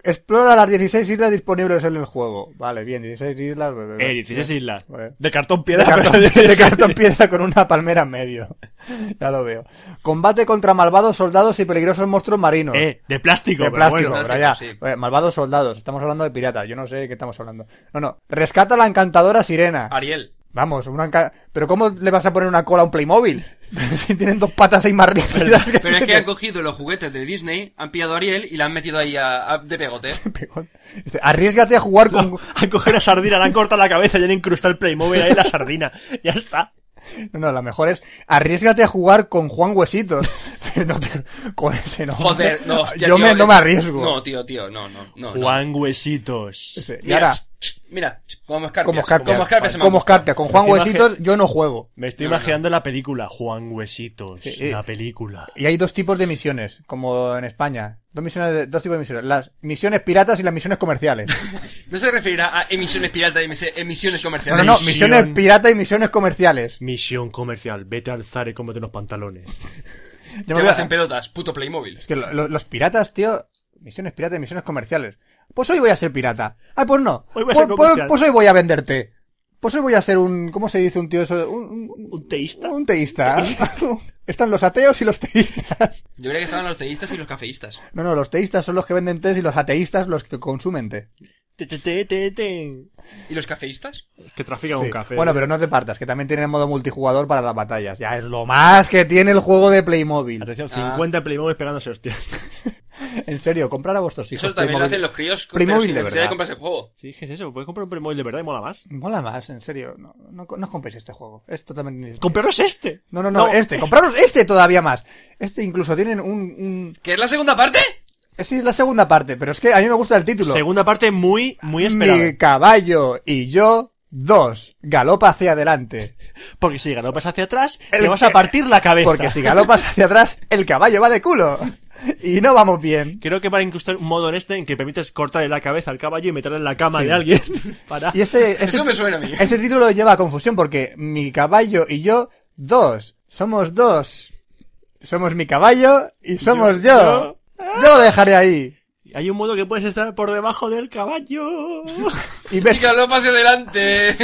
Explora las 16 islas disponibles en el juego. Vale, bien, 16 islas. bla, bla, bla.
Eh, 16 islas.
Vale.
De cartón
De
piedra.
cartón,
pero
de
16.
cartón piedra con una palmera en medio. Ya lo veo. Combate contra malvados soldados y peligrosos monstruos marinos.
Eh, de plástico.
de
pero
plástico,
bueno.
pero ya.
sí.
Eh, Malvados
Ah.
soldados, estamos hablando de piratas, yo no sé de qué estamos hablando. No, no, rescata a la encantadora sirena.
Ariel.
Vamos, una enca- Pero ¿cómo le vas a poner una cola a un Playmobil? si tienen dos patas ahí más rígidas que
Pero es que
este
han cogido los juguetes de Disney, han pillado a Ariel y la han metido ahí a- a- de pegote.
pegón. Dice, Arriesgate a jugar con...
Han cogido la sardina, le han cortado la cabeza y han incrustado el Playmobil ahí en la sardina. Ya está.
No, No, la mejor es arriesgate a jugar con Juan Huesitos. No te- con ese no.
Joder, no, hostia,
Yo
tío,
me, no
es-
me arriesgo.
No, tío, tío, no, no, no. no.
Juan Huesitos.
Dice, y
Mira,
ahora,
ch- ch- mira, ch- como escarpias.
como escarpias,
Como escarpias se me han
como
gustado.
escarpias, con Juan
Encima
Huesitos yo no juego.
Me estoy
No, no,
imaginando la película, Juan Huesitos.
Sí, sí.
La película.
Y hay dos tipos de misiones, como en España. Dos, misiones de- dos tipos de misiones. Las misiones piratas y las misiones comerciales.
No se referirá a emisiones piratas y emis- emisiones
No,
comerciales.
no, no,
Misión.
misiones piratas y misiones comerciales.
Misión comercial, vete al Zara y cómete los pantalones.
Yo me
Te
voy a-
vas en pelotas, puto Playmobil.
Es que lo- lo- los piratas, tío, misiones piratas y misiones comerciales. Pues hoy voy a ser pirata. Ah, pues no.
Hoy voy a
pues,
ser
pues-
comercial.
pues hoy voy a venderte. Pues hoy voy a ser un, ¿cómo se dice un tío eso? Un, un-
¿Un teísta?
un teísta. Están los ateos y los teístas.
Yo creía que estaban los teístas y los cafeístas.
No, no, los teístas son los que venden tés y los ateístas los que consumen té.
Te, te, te, te, te.
¿Y los cafeístas?
Que trafica
Sí.
con café.
Bueno, pero no te partas, que también tienen modo multijugador para las batallas. Ya es lo más que tiene el juego de Playmobil.
Atención,
Ah.
50 Playmobil pegándose hostias.
En serio, comprar a vuestros hijos.
Eso también lo
Playmobil.
hacen los críos con
Playmobil
pero
de
sin necesidad
verdad.
de comprarse el juego.
Sí, ¿qué es eso? Puedes comprar un Playmobil de verdad y mola más.
Mola más, en serio. No, no, no compréis este juego. Es totalmente innecesario.
¡Compraros este!
No, no, no, este, compraros este todavía más. Este incluso tienen un... un...
¿Que es la segunda parte?
Sí, es la segunda parte, pero es que a mí me gusta el título.
Segunda parte muy, muy esperada.
Mi caballo y yo, dos, galopa hacia adelante.
Porque si galopas hacia atrás,
El-
te vas a partir la cabeza.
Porque si galopas hacia atrás, el caballo va de culo. Y no vamos bien.
Creo que van a incrustar un modo en este en que permites cortarle la cabeza al caballo y meterle en la cama
Sí.
de alguien. Para...
Y este, este,
Eso me suena a mí.
este título lleva a confusión porque mi caballo y yo, dos, somos dos. Somos mi caballo y somos yo. Yo lo dejaré ahí.
Hay un modo que puedes estar por debajo del caballo.
Y
Y
ves
galopa hacia adelante.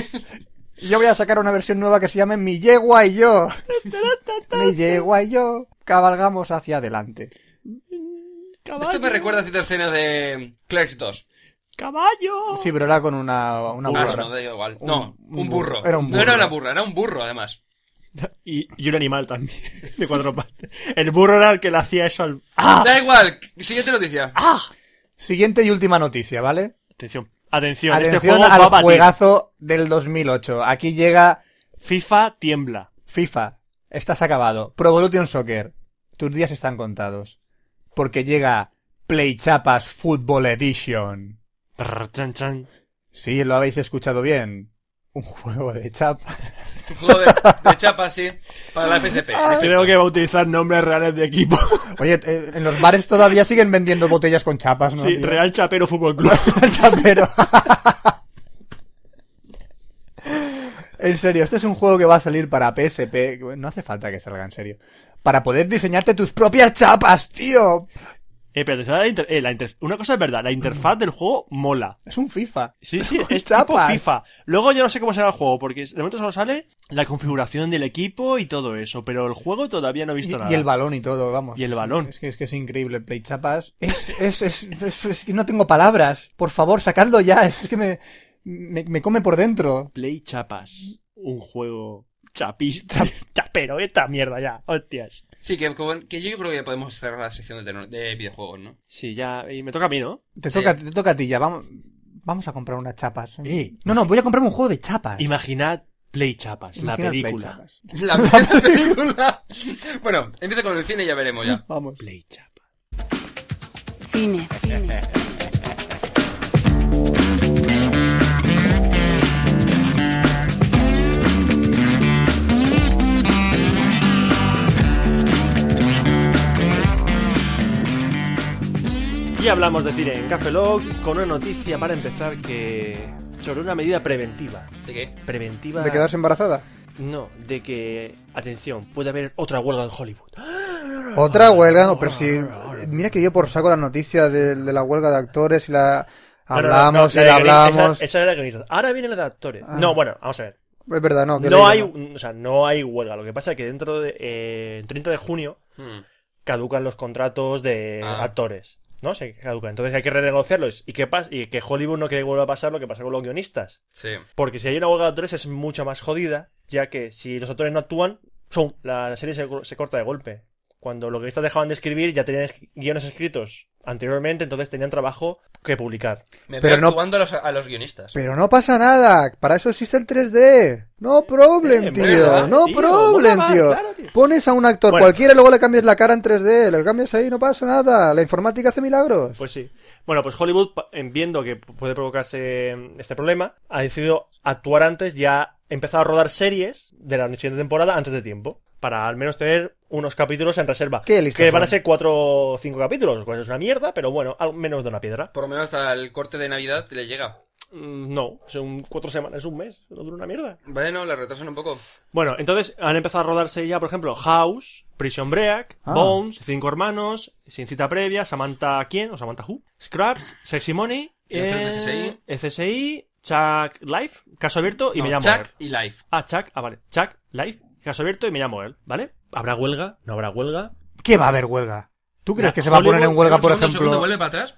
Yo voy a sacar una versión nueva que se llame Mi yegua y yo. Mi yegua y yo cabalgamos hacia adelante.
caballo.
Esto me recuerda a cierta escena de Clerks 2.
¡Caballo!
Sí, pero era con una, una
Ah,
burra.
eso no, da igual. No,
un
un burro.
burro. Era un
No era
burro.
una burra, era un burro además.
Y, y un animal también, de cuatro partes. El burro era el que le hacía eso al... ¡Ah!
Da igual, siguiente noticia.
¡Ah!
Siguiente y última noticia, ¿vale?
Atención, atención, este
Atención
juego va a
al
batir.
juegazo del 2008. Aquí llega
FIFA tiembla.
FIFA. Estás acabado. Pro Evolution Soccer. Tus días están contados. Porque llega Play Chapas Football Edition.
Prr, chan, chan.
Sí, lo habéis escuchado bien. Un juego de chapas.
Un juego de, de chapa, sí, para la PSP.
Creo que va a utilizar nombres reales de equipo.
Oye, eh, en los bares todavía siguen vendiendo botellas con chapas, ¿no?
sí,
tío?
Real Chapero Fútbol Club. Eh,
El chapero. en serio, este es un juego que va a salir para PSP. que No hace falta que salga, en serio. Para poder diseñarte tus propias chapas, tío.
Eh, pero te da la inter- eh, la inter- una cosa es verdad, la interfaz del juego mola.
Es un FIFA.
Sí, sí, es tipo
Chapas.
FIFA. Luego yo no sé cómo será el juego, porque de momento solo sale la configuración del equipo y todo eso, pero el juego todavía no he
Y,
visto nada.
y el balón y todo, vamos.
Y el balón.
Es que es, que es increíble, Play Chapas. Es, es, es, es- es que no tengo palabras. Por favor, sacadlo ya. Es que me, me, me come por dentro.
Play Chapas, un juego chapista. Chapero, esta mierda ya, hostias.
Sí, que, que yo creo que ya podemos cerrar la sección de, tecno- de videojuegos, ¿no?
Sí, ya, y me toca a mí, ¿no?
Te
Sí.
toca, te toca a ti ya. Vamos, vamos a comprar unas chapas.
Eh.
no, no, voy a comprarme un juego de chapas.
Ah. Imaginad Play Chapas, la
Imagina Play
película.
Chapas.
La primera película. Bueno, empieza con el cine y ya veremos ya.
Vamos.
Play Chapas.
Cine. Cine.
Y hablamos de cine en Café Lock con una noticia para empezar que sobre una medida preventiva.
¿De qué?
Preventiva.
¿De quedarse embarazada?
No, de que atención, puede haber otra huelga en Hollywood.
Otra huelga, no, pero si. Mira que yo por saco la noticia de, de la huelga de actores y la.
No, no, no,
Hablamos
no, la
y la
de guionistas,
hablamos.
Esa, esa era la guionista. Ahora viene la de actores.
Ah.
No, bueno, vamos a ver.
Es verdad, no. que
No
leí,
hay, o sea, no hay huelga. Lo que pasa es que dentro de eh, el 30 de junio
Hmm.
caducan los contratos de
Ah.
actores. ¿no? Se caduca. Entonces hay que renegociarlos. ¿Y que, pas- y que Hollywood no quiere que vuelva a pasar lo que pasó con los guionistas.
Sí.
Porque si hay una huelga de autores es mucho más jodida, ya que si los autores no actúan, ¡pum! la serie se, se corta de golpe. Cuando los guionistas dejaban de escribir, ya tenían es- guiones escritos anteriormente, entonces tenían trabajo que publicar.
Me
Pero
veo
no-
actuando a los, a los guionistas.
Pero no pasa nada, para eso existe el 3D. No problem,
Eh,
tío.
mola,
no
tío,
problem,
mola,
tío.
claro, tío.
Pones a un actor
Bueno.
cualquiera y luego le cambias la cara en 3D. Le cambias ahí, no pasa nada. La informática hace milagros.
Pues sí. Bueno, pues Hollywood, pa- eh, viendo que p- puede provocarse eh, este problema, ha decidido actuar antes y ha empezado a rodar series de la siguiente temporada antes de tiempo. Para al menos tener unos capítulos en reserva.
Qué listos
que van a
son.
ser cuatro o cinco capítulos. Pues es una mierda, pero bueno, al menos de una piedra.
Por lo menos hasta el corte de Navidad le llega.
Mm, No, son cuatro semanas, un mes, no dura una mierda.
Bueno, la retrasan un poco.
Bueno, entonces han empezado a rodarse ya, por ejemplo, House, Prison Break,
Ah.
Bones, Cinco Hermanos, Sin Cita Previa, Samantha Quién o Samantha Who, Scraps, Sexy Money,
Esto es
eh, FSI, Chuck Life, Caso Abierto y
No,
me llamo
Chuck
él.
y Life.
Ah, Chuck, ah, vale. Chuck Life, Caso Abierto y me llamo él, ¿vale? ¿Habrá huelga? ¿No habrá huelga?
¿Qué va a haber huelga? ¿Tú crees
Nah,
que se va a poner en
Hollywood-
huelga,
Un
por
segundo, un segundo,
ejemplo?
vuelve para atrás.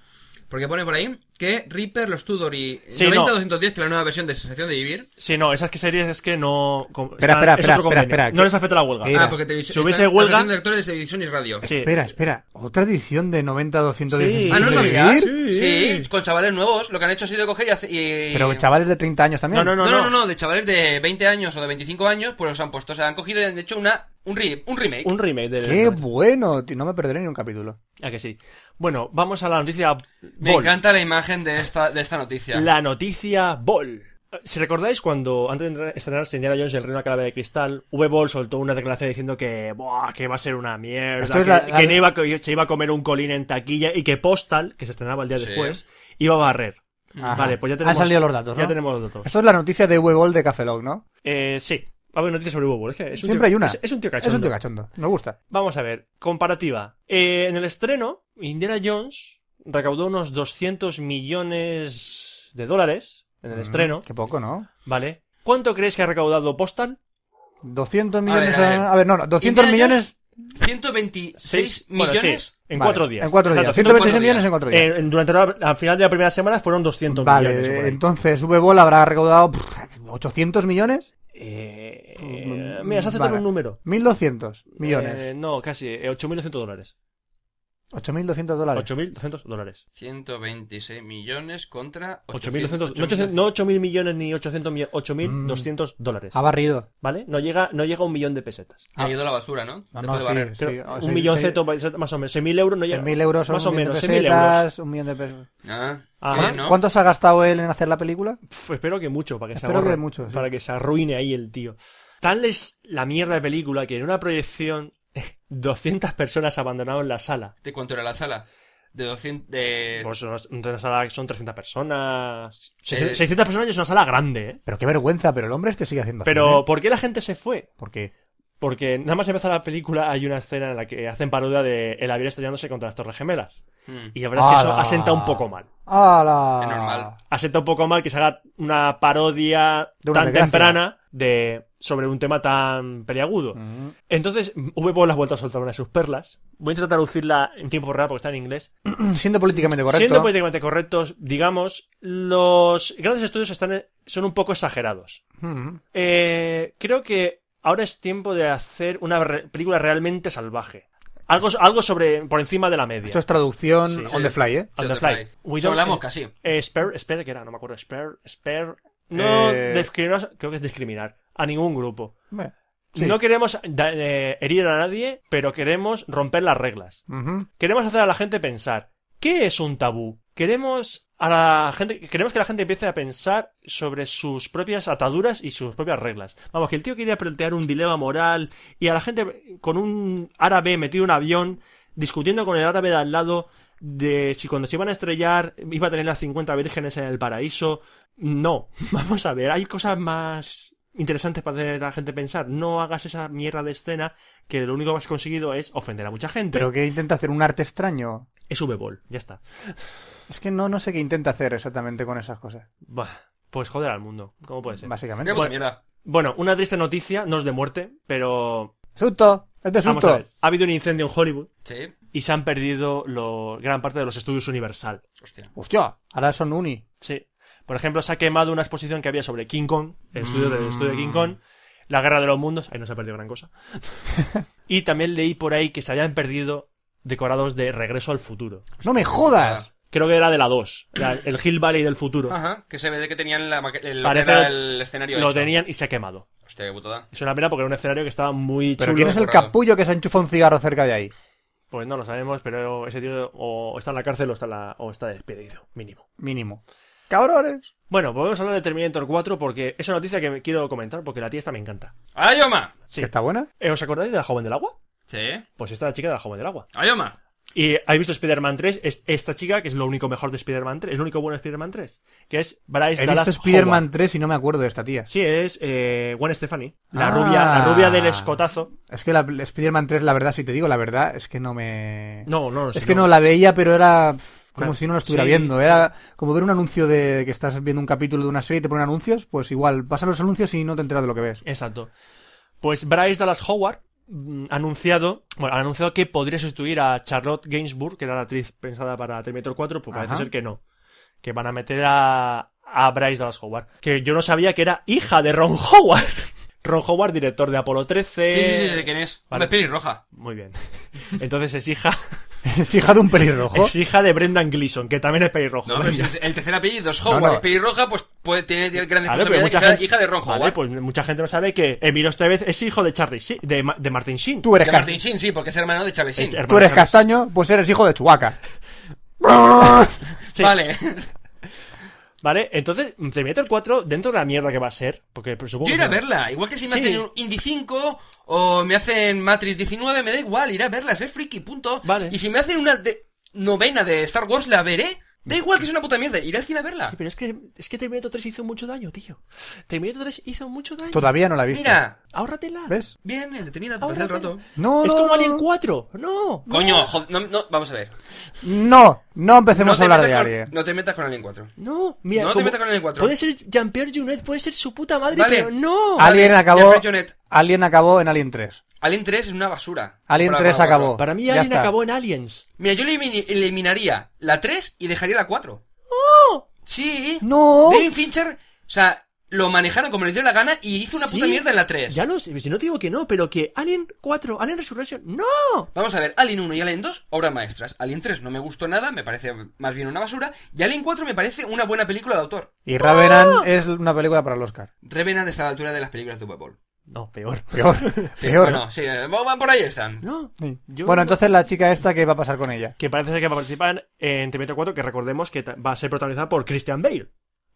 Porque pone por ahí que Reaper, los Tudor y
Sí,
90-210, que es la nueva versión de Sensación de Vivir.
Sí, no, esas que series es que no... com-
Espera,
están-
espera,
es
espera,
otro
espera,
convenio.
espera,
No
que- Eh,
les afecta la huelga.
Mira.
Ah, porque televisión.
Si hubiese
está-
huelga-
Asociación de actores de televisión y radio.
Sí.
Espera, espera. ¿Otra edición de 90 210?
Sí.
Ah, no lo
¿Sí?
sabías.
Sí.
Sí. con chavales nuevos. Lo que han hecho ha sido coger y hacer. y-
Pero chavales de 30 años también.
No, no, no,
No,
no.
no, no, de chavales de 20 años o de 25 años, pues los han puesto. O sea, han cogido y han hecho una, un, re- un remake.
Un remake de...
Qué bueno, tío. No me perderé ni un capítulo.
¿A que sí? Bueno, vamos a la noticia.
Me
Ball.
encanta la imagen de esta, de esta noticia.
La noticia Ball. Eh, Si recordáis, cuando antes de estrenarse Indiana Jones y el Reino de la Calavera de Cristal, V-Ball soltó una declaración diciendo que, Buah, que va a ser una mierda,
Esto es
que,
la- la-
que no iba a co- se iba a comer un colín en taquilla y que Postal, que se estrenaba el día
Sí.
después, iba a barrer.
Mm.
Ajá.
Vale, pues ya tenemos,
Han salido los datos, ¿no?
ya tenemos los datos.
Esto es la noticia de Webol de Cafelog, ¿no?
Eh, sí, va a haber noticias sobre V-Ball. Es que es un
Siempre
tío-
hay una.
Es, es un tío
Es
cachondo.
un tío cachondo. Nos gusta.
Vamos a ver, comparativa. Eh, en el estreno, Indiana Jones recaudó unos 200 millones de dólares en el
Mm,
estreno,
Qué poco, ¿no?
¿vale? ¿Cuánto crees que ha recaudado Postal?
200 millones.
A ver, a ver.
A a ver, no, no. 200
Indiana
millones.
126
Bueno, sí,
millones.
en
Vale,
cuatro días.
En cuatro días.
Exacto,
126
cuatro
millones
días.
en cuatro días.
Eh, en- durante la, al final de la primera semana fueron 200
vale,
millones. por ahí.
entonces V-Ball habrá recaudado pff, 800 millones.
Eh,
Mm,
mira, se hace
vale.
un número.
1.200 millones.
Eh, no, casi. eh, 8.200 dólares.
8.200 dólares.
8.200 dólares.
126 millones contra
8.200.
800,
no 800, No 8.000 millones ni 800 millones. 8.200
Mm.
dólares.
Ha barrido.
¿Vale? No llega, no llega a un millón de pesetas.
Ha ido a la basura, ¿no?
No,
Ah,
Después
no,
de
sí,
barrer.
sí,
Creo-
o
un
sea,
millón
sí,
más o menos. 6.000 euros no llega.
100.000 euros son
más o
un millón
menos,
de
6.000
pesetas,
euros.
un millón de pesos.
Ah,
Ajá.
¿qué, no?
¿Cuántos ha gastado él en hacer la película?
Pf, espero que mucho, para que, se,
Espero
ahorre,
que mucho, sí.
para que se arruine ahí el tío. Tal es la mierda de película que en una proyección 200 personas abandonaron la sala.
¿De cuánto era la sala? De 200. De...
Pues una- una sala son 300 personas.
Eh,
600, 600 personas y es una sala grande, ¿eh?
Pero qué vergüenza, pero el hombre este sigue haciendo
Pero
cine.
¿por qué la gente se fue?
¿Por qué?
Porque nada más empezar la película hay una escena en la que hacen parodia de el avión estrellándose contra las Torres Gemelas.
Mm.
Y la verdad es que eso
¡Hala!
asenta un poco mal.
¡Hala!
Es normal.
Asenta un poco mal que se haga una parodia
De una
tan
desgracia.
temprana de sobre un tema tan peliagudo.
Mm.
Entonces, V-Ball las vuelto a soltar una de sus perlas. Voy a intentar traducirla en tiempo real porque está en inglés.
Siendo políticamente correcto.
Siendo políticamente correctos, digamos, los grandes estudios están, son un poco exagerados.
Mm.
Eh, creo que ahora es tiempo de hacer una re- película realmente salvaje. Algo, algo sobre, por encima de la media.
Esto es traducción
Sí.
on the fly, ¿eh?
On the
Sí, te
fly.
fly.
We
Eso
don't-
hablamos casi.
Eh, spare, spare, que era, no me acuerdo, spare, spare. No
Eh.
discriminar, creo que es discriminar a ningún grupo.
Bueno, sí.
No queremos da- eh, herir a nadie, pero queremos romper las reglas.
Ujú.
Queremos hacer a la gente pensar. ¿Qué es un tabú? Queremos a la gente, queremos que la gente empiece a pensar sobre sus propias ataduras y sus propias reglas. Vamos, que el tío quería plantear un dilema moral y a la gente con un árabe metido en un avión discutiendo con el árabe de al lado de si cuando se iban a estrellar iba a tener las 50 vírgenes en el paraíso. No, vamos a ver, hay cosas más interesantes para hacer a la gente pensar. No hagas esa mierda de escena que lo único que has conseguido es ofender a mucha gente.
Pero que intenta hacer un arte extraño.
Es V-Ball, ya está.
Es que no, no sé qué intenta hacer exactamente con esas cosas.
Bah, pues joder al mundo. ¿Cómo puede ser?
Básicamente.
Qué puta mierda.
Bueno, una triste noticia, no es de muerte, pero
Susto.
Es de
Vamos a
susto.
ver, ha habido un incendio en Hollywood
Sí,
y se han perdido lo- gran parte de los estudios Universal.
hostia.
Hostia, ahora son uni.
Sí. Por ejemplo, se ha quemado una exposición que había sobre King Kong, el estudio del estudio de King Kong, la guerra de los mundos, ahí no se ha perdido gran cosa. y también leí por ahí que se habían perdido decorados de Regreso al Futuro.
¡No me jodas!
Creo que era de la 2, era el Hill Valley del futuro.
Ah,
Ajá, que se ve de que tenían la, maque- el, lo que
Parece
era el escenario
Lo
hecho.
tenían y se ha quemado.
Hostia, qué putada.
Es una pena porque era un escenario que estaba muy
¿Pero
chulo.
quién es el
borrado.
capullo que se enchufa un cigarro cerca de ahí?
Pues no lo sabemos, pero ese tío o está en la cárcel o está, en la- o está despedido, mínimo.
Mínimo. ¡Cabrones!
Bueno, volvemos a hablar de Terminator 4 porque es una noticia que me quiero comentar porque la tía esta me encanta.
¡Ayoma!
Sí.
¿Que ¿Está buena?
Eh, ¿Os acordáis de la joven del agua?
Sí.
Pues esta es la chica de la joven del agua.
¡Ayoma!
Y habéis visto Spider-Man 3, es esta chica que es lo único mejor de Spider-Man 3, es lo único bueno de Spider-Man 3, que es Bryce
He
Dallas
visto Spider-Man
Howard.
3 y no me acuerdo de esta tía.
Sí, es eh, Gwen Stefani, la
Ah.
rubia, la rubia del escotazo.
Es que la la Spider-Man 3, la verdad, si te digo la verdad, es que no me...
No, no,
es que no. la veía, pero era pff, como
Claro,
si no la estuviera
sí.
viendo. Era como ver un anuncio de que estás viendo un capítulo de una serie y te ponen anuncios. Pues igual, pasan los anuncios y no te enteras de lo que ves.
Exacto. Pues Bryce Dallas Howard mm, ha anunciado, bueno, ha anunciado que podría sustituir a Charlotte Gainsbourg, que era la actriz pensada para Terminator 4, pues parece
Ajá.
ser que no. Que van a meter a, a Bryce Dallas Howard. Que yo no sabía que era hija de Ron Howard. Ron Howard, director de Apolo 13.
Sí, sí, sí, sí, ¿de quién es?
Eh, Vale.
Una pelirroja.
Muy bien. Entonces es hija,
es hija de un pelirrojo.
es hija de Brendan Gleeson, que también es pelirrojo.
No, pero si es el tercer apellido es
No,
Howard.
no.
y Pelirroja, pues puede tener grandes
Claro, pero
posibilidades de que
mucha
sea
gente-
hija de Ron
Vale,
Howard.
pues mucha gente no sabe que Emilio Estevez es hijo de Charlie Sheen, de, Ma- de Martin Sheen.
Tú eres,
de
cas-
Martin Sheen, sí, porque es hermano de Charlie Sheen.
Eh, hermano
tú eres
Charlie Sheen.
castaño, pues eres hijo de Chubaca.
Sí.
Vale.
Vale, entonces, Terminator 4, dentro de la mierda que va a ser, porque pues, supongo
Yo
que-
iré a verla. Igual que si me
Sí.
hacen un Indy 5 o me hacen Matrix 19, me da igual. Iré a verla, es friki, punto.
Vale.
Y si me hacen una de- novena de Star Wars, la veré. Da igual que es una puta mierda. Iré al cine a verla.
Sí, pero es que, es que Terminator 3 hizo mucho daño, tío. Terminator 3 hizo mucho daño.
Todavía no la he visto.
Mira,
Ahórratela.
¿Ves?
bien, entretenida,
Ahora
pasa el
te-
rato.
No,
es
no,
como
no,
Alien
no.
4. No.
Coño, jod- no, no, vamos a ver.
No, no empecemos
No te,
a hablar de
metas
Alien.
con, no te metas con Alien 4.
No. Mira,
No te
como-
metas con Alien 4.
Puede ser Jean-Pierre Junet, puede ser su puta madre,
Vale.
pero no.
Ah.
Alien
Alien,
acabó,
Jeffrey Jonet.
Alien acabó en Alien 3.
Alien 3 es una basura.
Alien
Para-
3
para-
acabó.
Para mí
Ya
Alien
está.
acabó en Aliens.
Mira, yo elimi- eliminaría la 3 y dejaría la 4.
¡Oh!
Sí.
No.
David Fincher, o sea, lo manejaron como les dio la gana y hizo una
Sí.
puta mierda en la 3.
Ya lo sé, si no te digo que no, pero que Alien 4, Alien Resurrection, no.
Vamos a ver, Alien 1 y Alien 2, obras maestras. Alien 3 no me gustó nada, me parece más bien una basura. Y Alien 4 me parece una buena película de autor.
Y Ravenant es una película para el Oscar.
Revenant está a la altura de las películas de Webol.
No, peor.
Peor,
Sí,
peor.
Bueno, sí, eh, van por ahí están.
No.
Sí.
Yo
bueno,
no-
entonces la chica esta, ¿qué va a pasar con ella?
Que parece ser que va a participar en Terminator 4, que recordemos que ta- va a ser protagonizada por Christian Bale.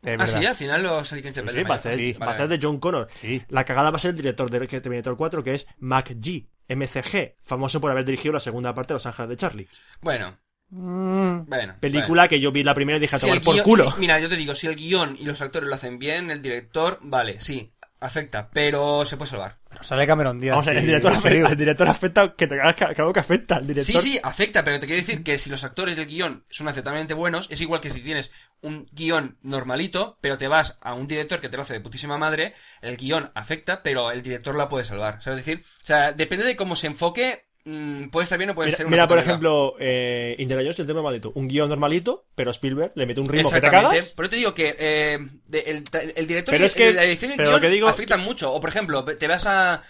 Es
Ah, sí,
verdad.
al final los Alien se
Pues Sí,
pelean.
va a hacer,
Sí,
va a hacer de John Connor. La cagada va a ser el director de Terminator 4, que es Mac G, MCG, famoso por haber dirigido la segunda parte de Los Ángeles de Charlie.
Bueno,
Mm,
bueno.
Película que yo vi la primera y dije a
Si
tomar
el
por
guion-
culo.
si- mira, yo te digo, si el guión y los actores lo hacen bien, el director, vale, sí, afecta, pero se puede salvar.
pero sale Cameron Díaz.
Vamos a ver, el
sí,
director,
en serio.
afecta, el director afecta, que te cagas, que- claro que afecta al director.
Sí, sí, afecta, pero te quiero decir que si los actores del guión son aceptablemente buenos, es igual que si tienes un guión normalito, pero te vas a un director que te lo hace de putísima madre, el guión afecta, pero el director la puede salvar. ¿Sabes decir? O sea, depende de cómo se enfoque, mm, puede estar bien o puede
Mira,
ser una
mira,
puta
por
mierda.
ejemplo, eh, Indiana Jones, el tema maldito. Un guión normalito, pero Spielberg le mete un ritmo que te
Exactamente.
cagas.
Pero te digo que eh, de- el, el director
Pero
y-
es que-
la edición y el
pero lo
guión
que digo-
afectan mucho. O por ejemplo, te vas a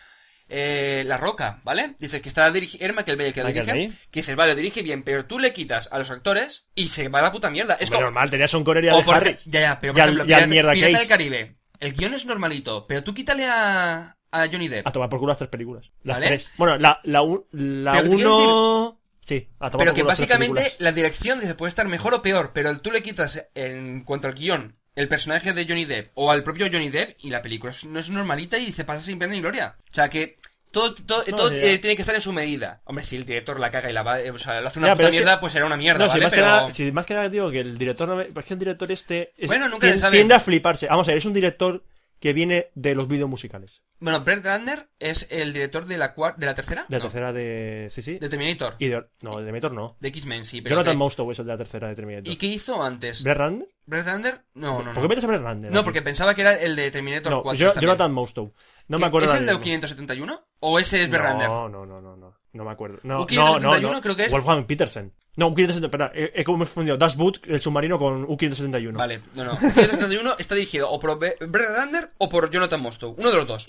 eh, La Roca, ¿vale? Dices que está dirigi- era Michael Bay el que lo
Michael
dirige.
Bay.
Que dices, vale, lo dirige bien, pero tú le quitas a los actores y se va a la puta mierda. Es
Hombre,
como...
normal, tenías un Connery
o
de
por
Harry.
ej- Ya, ya, pero por
Y al-
ejemplo,
y al
Pirata,
mierda
Pirata
Cage.
del Caribe. El guión es normalito, pero tú quítale a, a Johnny Depp.
A tomar por culo las tres películas. Las
Vale.
tres. Bueno, la, la, un- la
Pero te quiero
uno. Sí, a tomar
Pero
por
que
culo las tres
básicamente
películas.
la dirección dice, puede estar mejor o peor, pero tú le quitas en cuanto al guión el personaje de Johnny Depp o al propio Johnny Depp y la película es- no es normalita y se pasa sin pena ni gloria. O sea que todo, todo,
No,
todo,
sí,
eh,
ya.
tiene que estar en su medida. Hombre, si el director la caga y la va, eh, o sea, lo hace una
Ya, pero
puta
es que-
mierda, pues será una mierda,
No, si
¿vale?
más,
pero
que nada, si más que nada digo que el director no me- Es que el director este es-
Bueno, nunca se
tien-
sabe.
tiende a fliparse. Vamos a ver, es un director que viene de los videos musicales.
Bueno, Brett Ratner es el director de la, cua- de la tercera.
De la
No,
tercera de. Sí, sí.
De Terminator.
Y de... No, de Metor no.
De X-Men, sí. Pero
Jonathan
¿qué-
Mostow es el de la tercera de Terminator.
¿Y qué hizo antes?
¿Brett Ratner?
Brett Ratner? No, no,
¿Por qué
no.
metes a Brett Ratner?
No,
aquí?
porque pensaba que era el de Terminator
No,
4.
Jo-
también.
Jonathan Mostow. No me acuerdo.
¿Es
ahora
el de
mismo.
571? ¿O ese es Brett Ratner?
No, no, no, no, no. No me acuerdo. No,
U-571
no, no, no.
creo que es.
Wolfgang Petersen. No, U-571, espera, he, he confundido Das Boot, el submarino, con U-571.
Vale, no, no. 571 está dirigido o por Be- Brett Ratner o por Jonathan Mostow. Uno de los dos.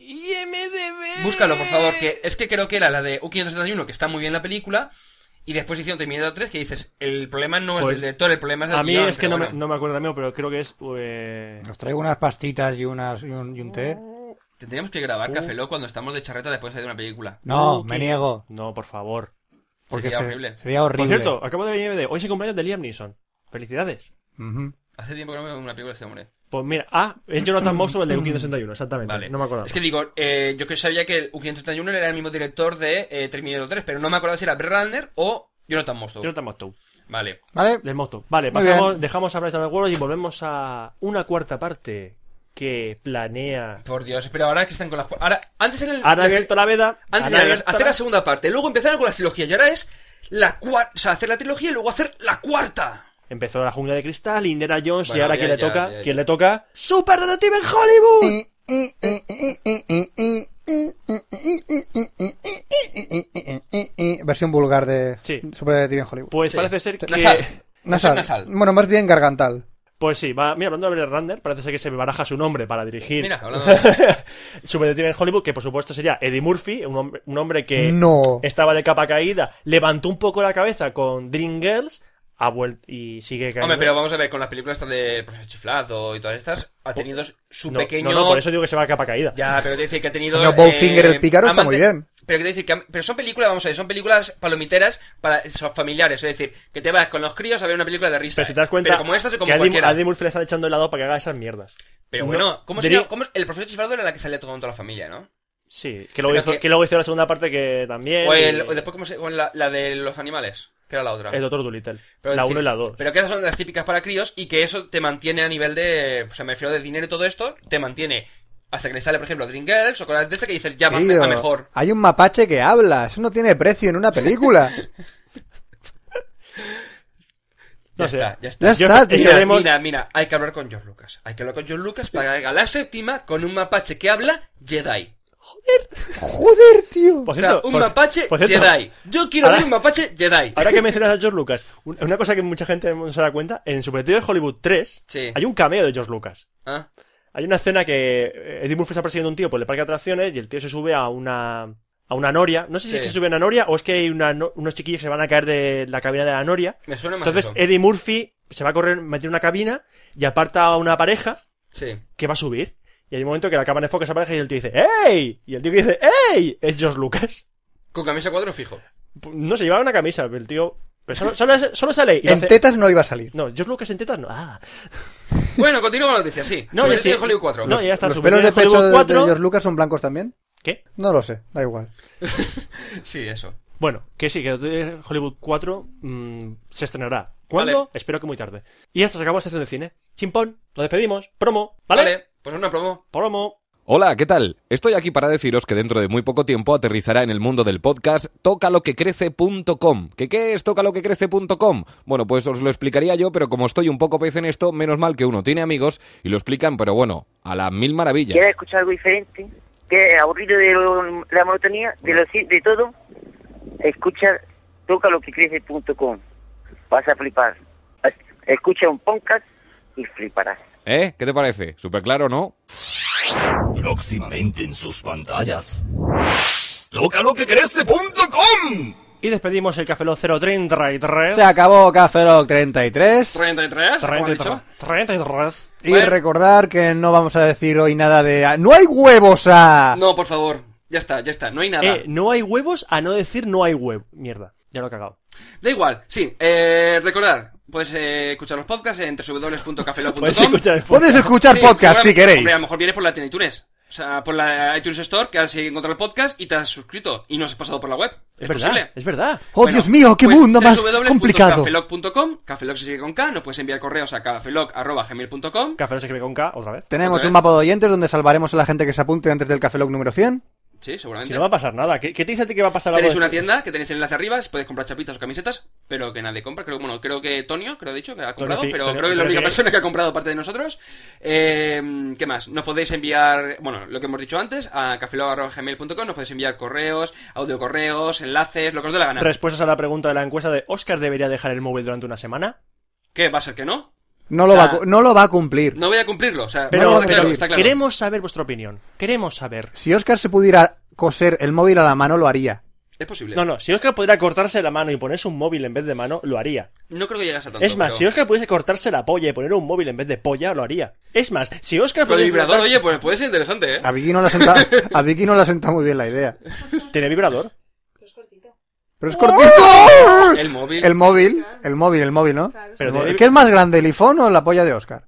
IMDB.
Búscalo, por favor, que es que creo que era la de U571, que está muy bien la película, y después hicieron Terminator 3, que dices, el problema no es
Pues,
del director, el problema es del
A mí
guión,
es que
pero
no, me,
bueno,
no me acuerdo de mí, pero creo que es. eh,
Os traigo unas pastitas y, unas, y, un, y un té.
Oh, Tendríamos que grabar Café Lock cuando estamos de charreta después de una película.
No,
Uh,
me
qué-
niego.
No, por favor.
Porque
Sería
se-
horrible.
Sería horrible.
Por cierto, acabo de ver IMDB. Hoy es el cumpleaños de Liam Neeson. Felicidades.
Ujú.
Hace tiempo que no veo una película de este hombre.
Pues mira, ah, es Jonathan Mostow el de U-561, exactamente.
Vale.
No me acuerdo.
Es que digo, eh, yo que sabía que el U571 era el mismo director de eh, Terminator 3, pero no me acordaba si era Brett Ratner o Jonathan Mostow.
Jonathan Mostow.
Vale.
¿Vale?
Del Mostow. Vale,
Muy
pasamos, dejamos hablar de Star Wars y volvemos a una cuarta parte que planea.
Por Dios, pero ahora que están con las... cua- Ahora, antes era el...
Han
las-
abierto la veda.
Antes
han
de
abierto
hacer
la-
la segunda parte, luego empezaron con la trilogía y ahora es la cuarta, o sea, hacer la trilogía y luego hacer la cuarta.
Empezó la jungla de cristal, Indiana Jones y
Bueno,
ahora
ya,
¿quién le
ya,
toca?
ya, ya.
¿Quién le toca? ¡Super Detective en Hollywood!
Versión vulgar de
Sí.
Super Detective en Hollywood.
Pues
Sí.
parece ser que...
Nasal.
Nasal.
nasal.
Bueno, más bien gargantal.
Pues sí, va... mira, hablando de Blade Runner, parece ser que se baraja su nombre para dirigir
Mira, hablando de...
Super Detective en Hollywood, que por supuesto sería Eddie Murphy, un hombre, un hombre que
No.
estaba de capa caída, levantó un poco la cabeza con Dreamgirls, ha vuelto y sigue cayendo.
Hombre, pero vamos a ver, con las películas estas de Profesor Chiflado y todas estas, ha tenido su
Oh, no,
pequeño...
no, no, por eso digo que se va de capa caída.
Ya, pero te dice que ha tenido... eh,
No, Bowfinger el pícaro está muy bien.
Pero que te dice que... Pero son películas, vamos a ver, son películas palomiteras para son familiares, es decir, que te vas con los críos a ver una película de risa.
Pero si te das cuenta
Pero como estas o
que
como
a Eddie,
cualquiera.
a Eddie Murphy le están echando el lado para que haga esas mierdas.
Pero
No,
bueno, ¿cómo se
Dri-
llama? ¿Cómo es- El Profesor Chiflado era la que salía con toda la familia, ¿no?
Sí, que luego,
Pero
hizo,
que-
que luego hizo la segunda parte que también...
O, el,
y-
o después, ¿cómo se, o la, la de los animales, que era la otra.
El Doctor Dolittle.
Pero
la
es decir,
1 y la 2.
Pero que esas son de las típicas para críos y que eso te mantiene a nivel de. O sea, me refiero de dinero y todo esto, te mantiene hasta que le sale, por ejemplo, Dream Girls o cosas de esas que dices, ya, va-
Tío,
va mejor.
Hay un mapache que habla. Eso no tiene precio en una película.
Ya
no sé.
está, ya está.
ya
Yo-
está,
es que
tío.
Mira,
veremos-
mira, mira, hay que hablar con George Lucas. Hay que hablar con George Lucas para que haga la séptima con un mapache que habla Jedi.
Joder, tío.
Por
O sea,
cierto,
un
por-
mapache
por cierto,
Jedi. Yo quiero
Ahora-
ver un mapache Jedi.
Ahora que mencionas a George Lucas, un- una cosa que mucha gente no se da cuenta, en Super de Hollywood 3
Sí.
hay un cameo de George Lucas.
Ah,
Hay una escena que eh, Eddie Murphy está persiguiendo a un tío por el parque de atracciones y el tío se sube a una a una noria. No sé si
Sí.
es que sube a una noria o es que hay una no- unos chiquillos que se van a caer de la cabina de la noria.
me suena más
Entonces eh,
eso.
Eddie Murphy se va a correr, meter una cabina y aparta a una pareja
Sí.
que va a subir. Y hay un momento que la cámara enfoca a esa pareja y el tío dice ¡Ey! Y el tío que dice ¡Ey! Es George Lucas.
Con camisa cuadro fijo.
No se llevaba una camisa, pero el tío. Pero solo, solo, solo sale. Y lo
En
hace-
tetas no iba a salir.
No, George Lucas en tetas no. Ah.
Bueno, continúa con la noticia, sí.
No,
Sobre
es que-
Detective Hollywood 4.
No, ya está.
¿Los
Super
pelos de
Detective
pecho de,
Hollywood
de
4.
George Lucas son blancos también?
¿Qué?
No lo sé, da igual.
Sí, eso.
Bueno, que sí, que Detective Hollywood 4 mm, se estrenará. ¿Cuándo?
Vale.
Espero que muy tarde. Y hasta se acabó la sección de cine. Chimpón, lo despedimos. Promo, ¿vale?
pues una promo.
Promo.
Hola, ¿qué tal? Estoy aquí para deciros que dentro de muy poco tiempo aterrizará en el mundo del podcast tocaloquecrece.com. ¿Que qué es tocaloquecrece.com? Bueno, pues os lo explicaría yo, pero como estoy un poco pez en esto, menos mal que uno tiene amigos y lo explican, pero bueno, a las mil maravillas.
¿Quieres escuchar algo diferente? ¿Quieres aburrido de lo- la monotonía, de, lo, de todo? Escucha toca lo que crece.com. Vas a flipar. Escucha un podcast y fliparás.
¿Eh? ¿Qué te parece? Súper claro, ¿no?
Próximamente en sus pantallas. ¡Tocaloquecrece.com!
Y despedimos el Café Lock 033.
Se acabó Café Lock 33.
33, como he
33.
dicho.
33.
Y
Bueno.
recordar que no vamos a decir hoy nada de... ah, ¡No hay huevos a...!
No, por favor. Ya está, ya está. No hay nada.
Eh, no hay huevos a no decir no hay huevo. Mierda, ya lo he cagado.
Da igual. Sí, eh, recordar. Puedes eh, escuchar los podcasts en www.cafelo.com.
Puedes escuchar el podcast.
Podéis escuchar
Sí,
podcast
seguramente-
si queréis.
Hombre, a lo mejor vienes por la tienda iTunes. O sea, por la iTunes Store, que has encontrado el podcast y te has suscrito y no has pasado por la web.
Es
Es,
verdad,
posible.
es verdad.
¡Oh, Dios mío, qué
pues,
mundo más complicado!
www.cafelog.com, cafelog se sigue con K, nos puedes enviar correos a cafelog.gmail.com.
Café no se escribe con K otra vez.
Tenemos
Otra
un
vez.
mapa de oyentes donde salvaremos a la gente que se apunte antes del Café Lock número 100.
Sí, seguramente.
Si no va a pasar nada. ¿Qué, qué te dice a ti que va a pasar
Tenéis
algo?
una tienda que tenéis el enlace arriba, si podéis comprar chapitas o camisetas, pero que nadie compra. Creo, bueno, creo que Tonio, creo ha dicho que ha comprado,
sí,
pero
Tonio,
creo que es la
creo
única
que-
persona que ha comprado aparte de nosotros. Eh, ¿Qué más? Nos podéis enviar, bueno, lo que hemos dicho antes, a cafelog.gmail.com, nos podéis enviar correos, audio correos, enlaces, lo que os dé la gana.
Respuestas a la pregunta de la encuesta de ¿Oscar debería dejar el móvil durante una semana?
¿Qué? ¿Va a ser que no?
No lo,
O sea,
va, a cu- no lo va a cumplir.
No voy a cumplirlo, o sea,
Pero,
está claro,
pero
está claro.
queremos saber vuestra opinión. Queremos saber.
Si Oscar se pudiera coser el móvil a la mano, lo haría.
Es posible.
No,
No,
no, si Oscar pudiera cortarse la mano y ponerse un móvil en vez de mano, lo haría.
creo que llegas a tanto.
es más,
pero-
si Oscar pudiese cortarse la polla y poner un móvil en vez de polla, lo haría. Es más, si Oscar
Pero el
pudiera
vibrador,
cortar-
oye, pues puede ser interesante, ¿eh?
A Vicky no le senta, a Vicky no le senta muy bien la idea.
¿Tiene vibrador?
Pero es cortito.
El móvil.
El móvil, el móvil, el móvil, ¿no?
Pero
El móvil.
tiene-
¿Qué es más grande, el iPhone o la polla de Oscar?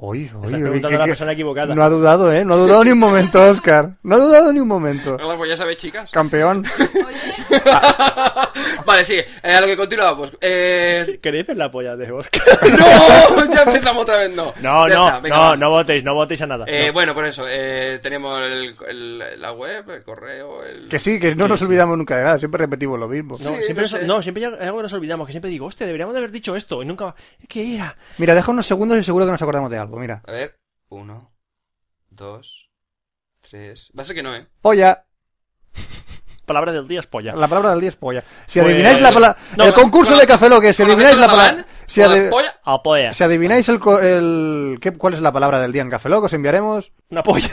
Uy, uy,
Estás
uy,
preguntando
qué-
a la
qué-
persona equivocada.
No ha dudado, ¿eh? No ha dudado ni un momento, Oscar. No ha dudado ni un momento.
Bueno, pues ya sabéis, chicas.
Campeón.
vale, sigue. Eh, a lo que continuamos. Eh,
Sí, ¿Queréis ver la polla de Oscar?
¡No! Ya empezamos otra vez, no.
No,
Ya
no,
está, venga,
no,
va.
no votéis, no votéis a nada.
Eh,
No.
Bueno, por eso, eh, tenemos el- el- la web, el correo, el...
Que sí, que no
Sí,
nos
sí.
olvidamos nunca de nada. Siempre repetimos lo mismo.
No,
Sí,
siempre,
no
nos-
sé.
no, siempre hay algo que nos olvidamos, que siempre digo, hostia, deberíamos de haber dicho esto, y nunca... ¿Qué era?
Mira, deja unos segundos y seguro que nos acordamos de algo. Mira.
A ver, uno, dos, tres... Va a ser que no, ¿eh?
Polla.
Palabra del día es polla.
La palabra del día es polla. Si
Pues-
adivináis la palabra...
No,
el
con-
concurso
con-
de Café Lock, si
¿Con
adivináis
acento
la palabra...
catalán?
Si,
¿Con la
adi-
polla?
A polla.
si adivináis el... co- el- ¿qué- ¿Cuál es la palabra del día en Café Lock? Os enviaremos...
Una polla.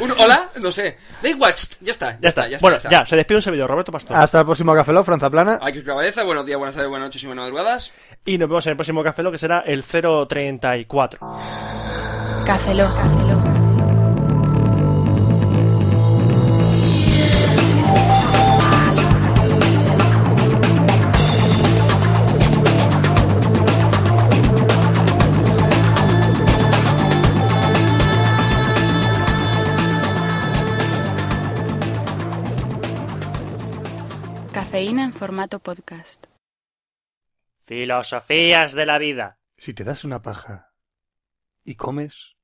Un hola, no sé. They watched. Ya está,
ya, está.
ya está.
Bueno,
ya está.
ya, se despide un servidor, Roberto Pastor.
Hasta el próximo Café Lock, Franza Plana.
Aquí os cabeza, buenos días, buenas tardes, buenas noches y buenas madrugadas.
Y nos vemos en el próximo café, lo que será el 034.
Café Lock. Cafeína en formato podcast.
Filosofías de la vida.
Si te das una paja y comes,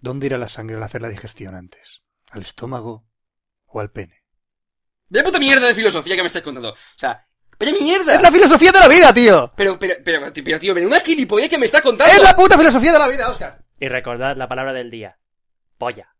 ¿dónde irá la sangre al hacer la digestión antes? ¿Al estómago o al pene?
Vaya puta mierda de filosofía que me estáis contando. O sea, vaya mierda.
¡Es la filosofía de la vida, tío!
Pero, pero, pero, pero, tío, pero una gilipollas que me estás contando.
¡Es la puta filosofía de la vida, Oscar!
Y recordad la palabra del día. Polla.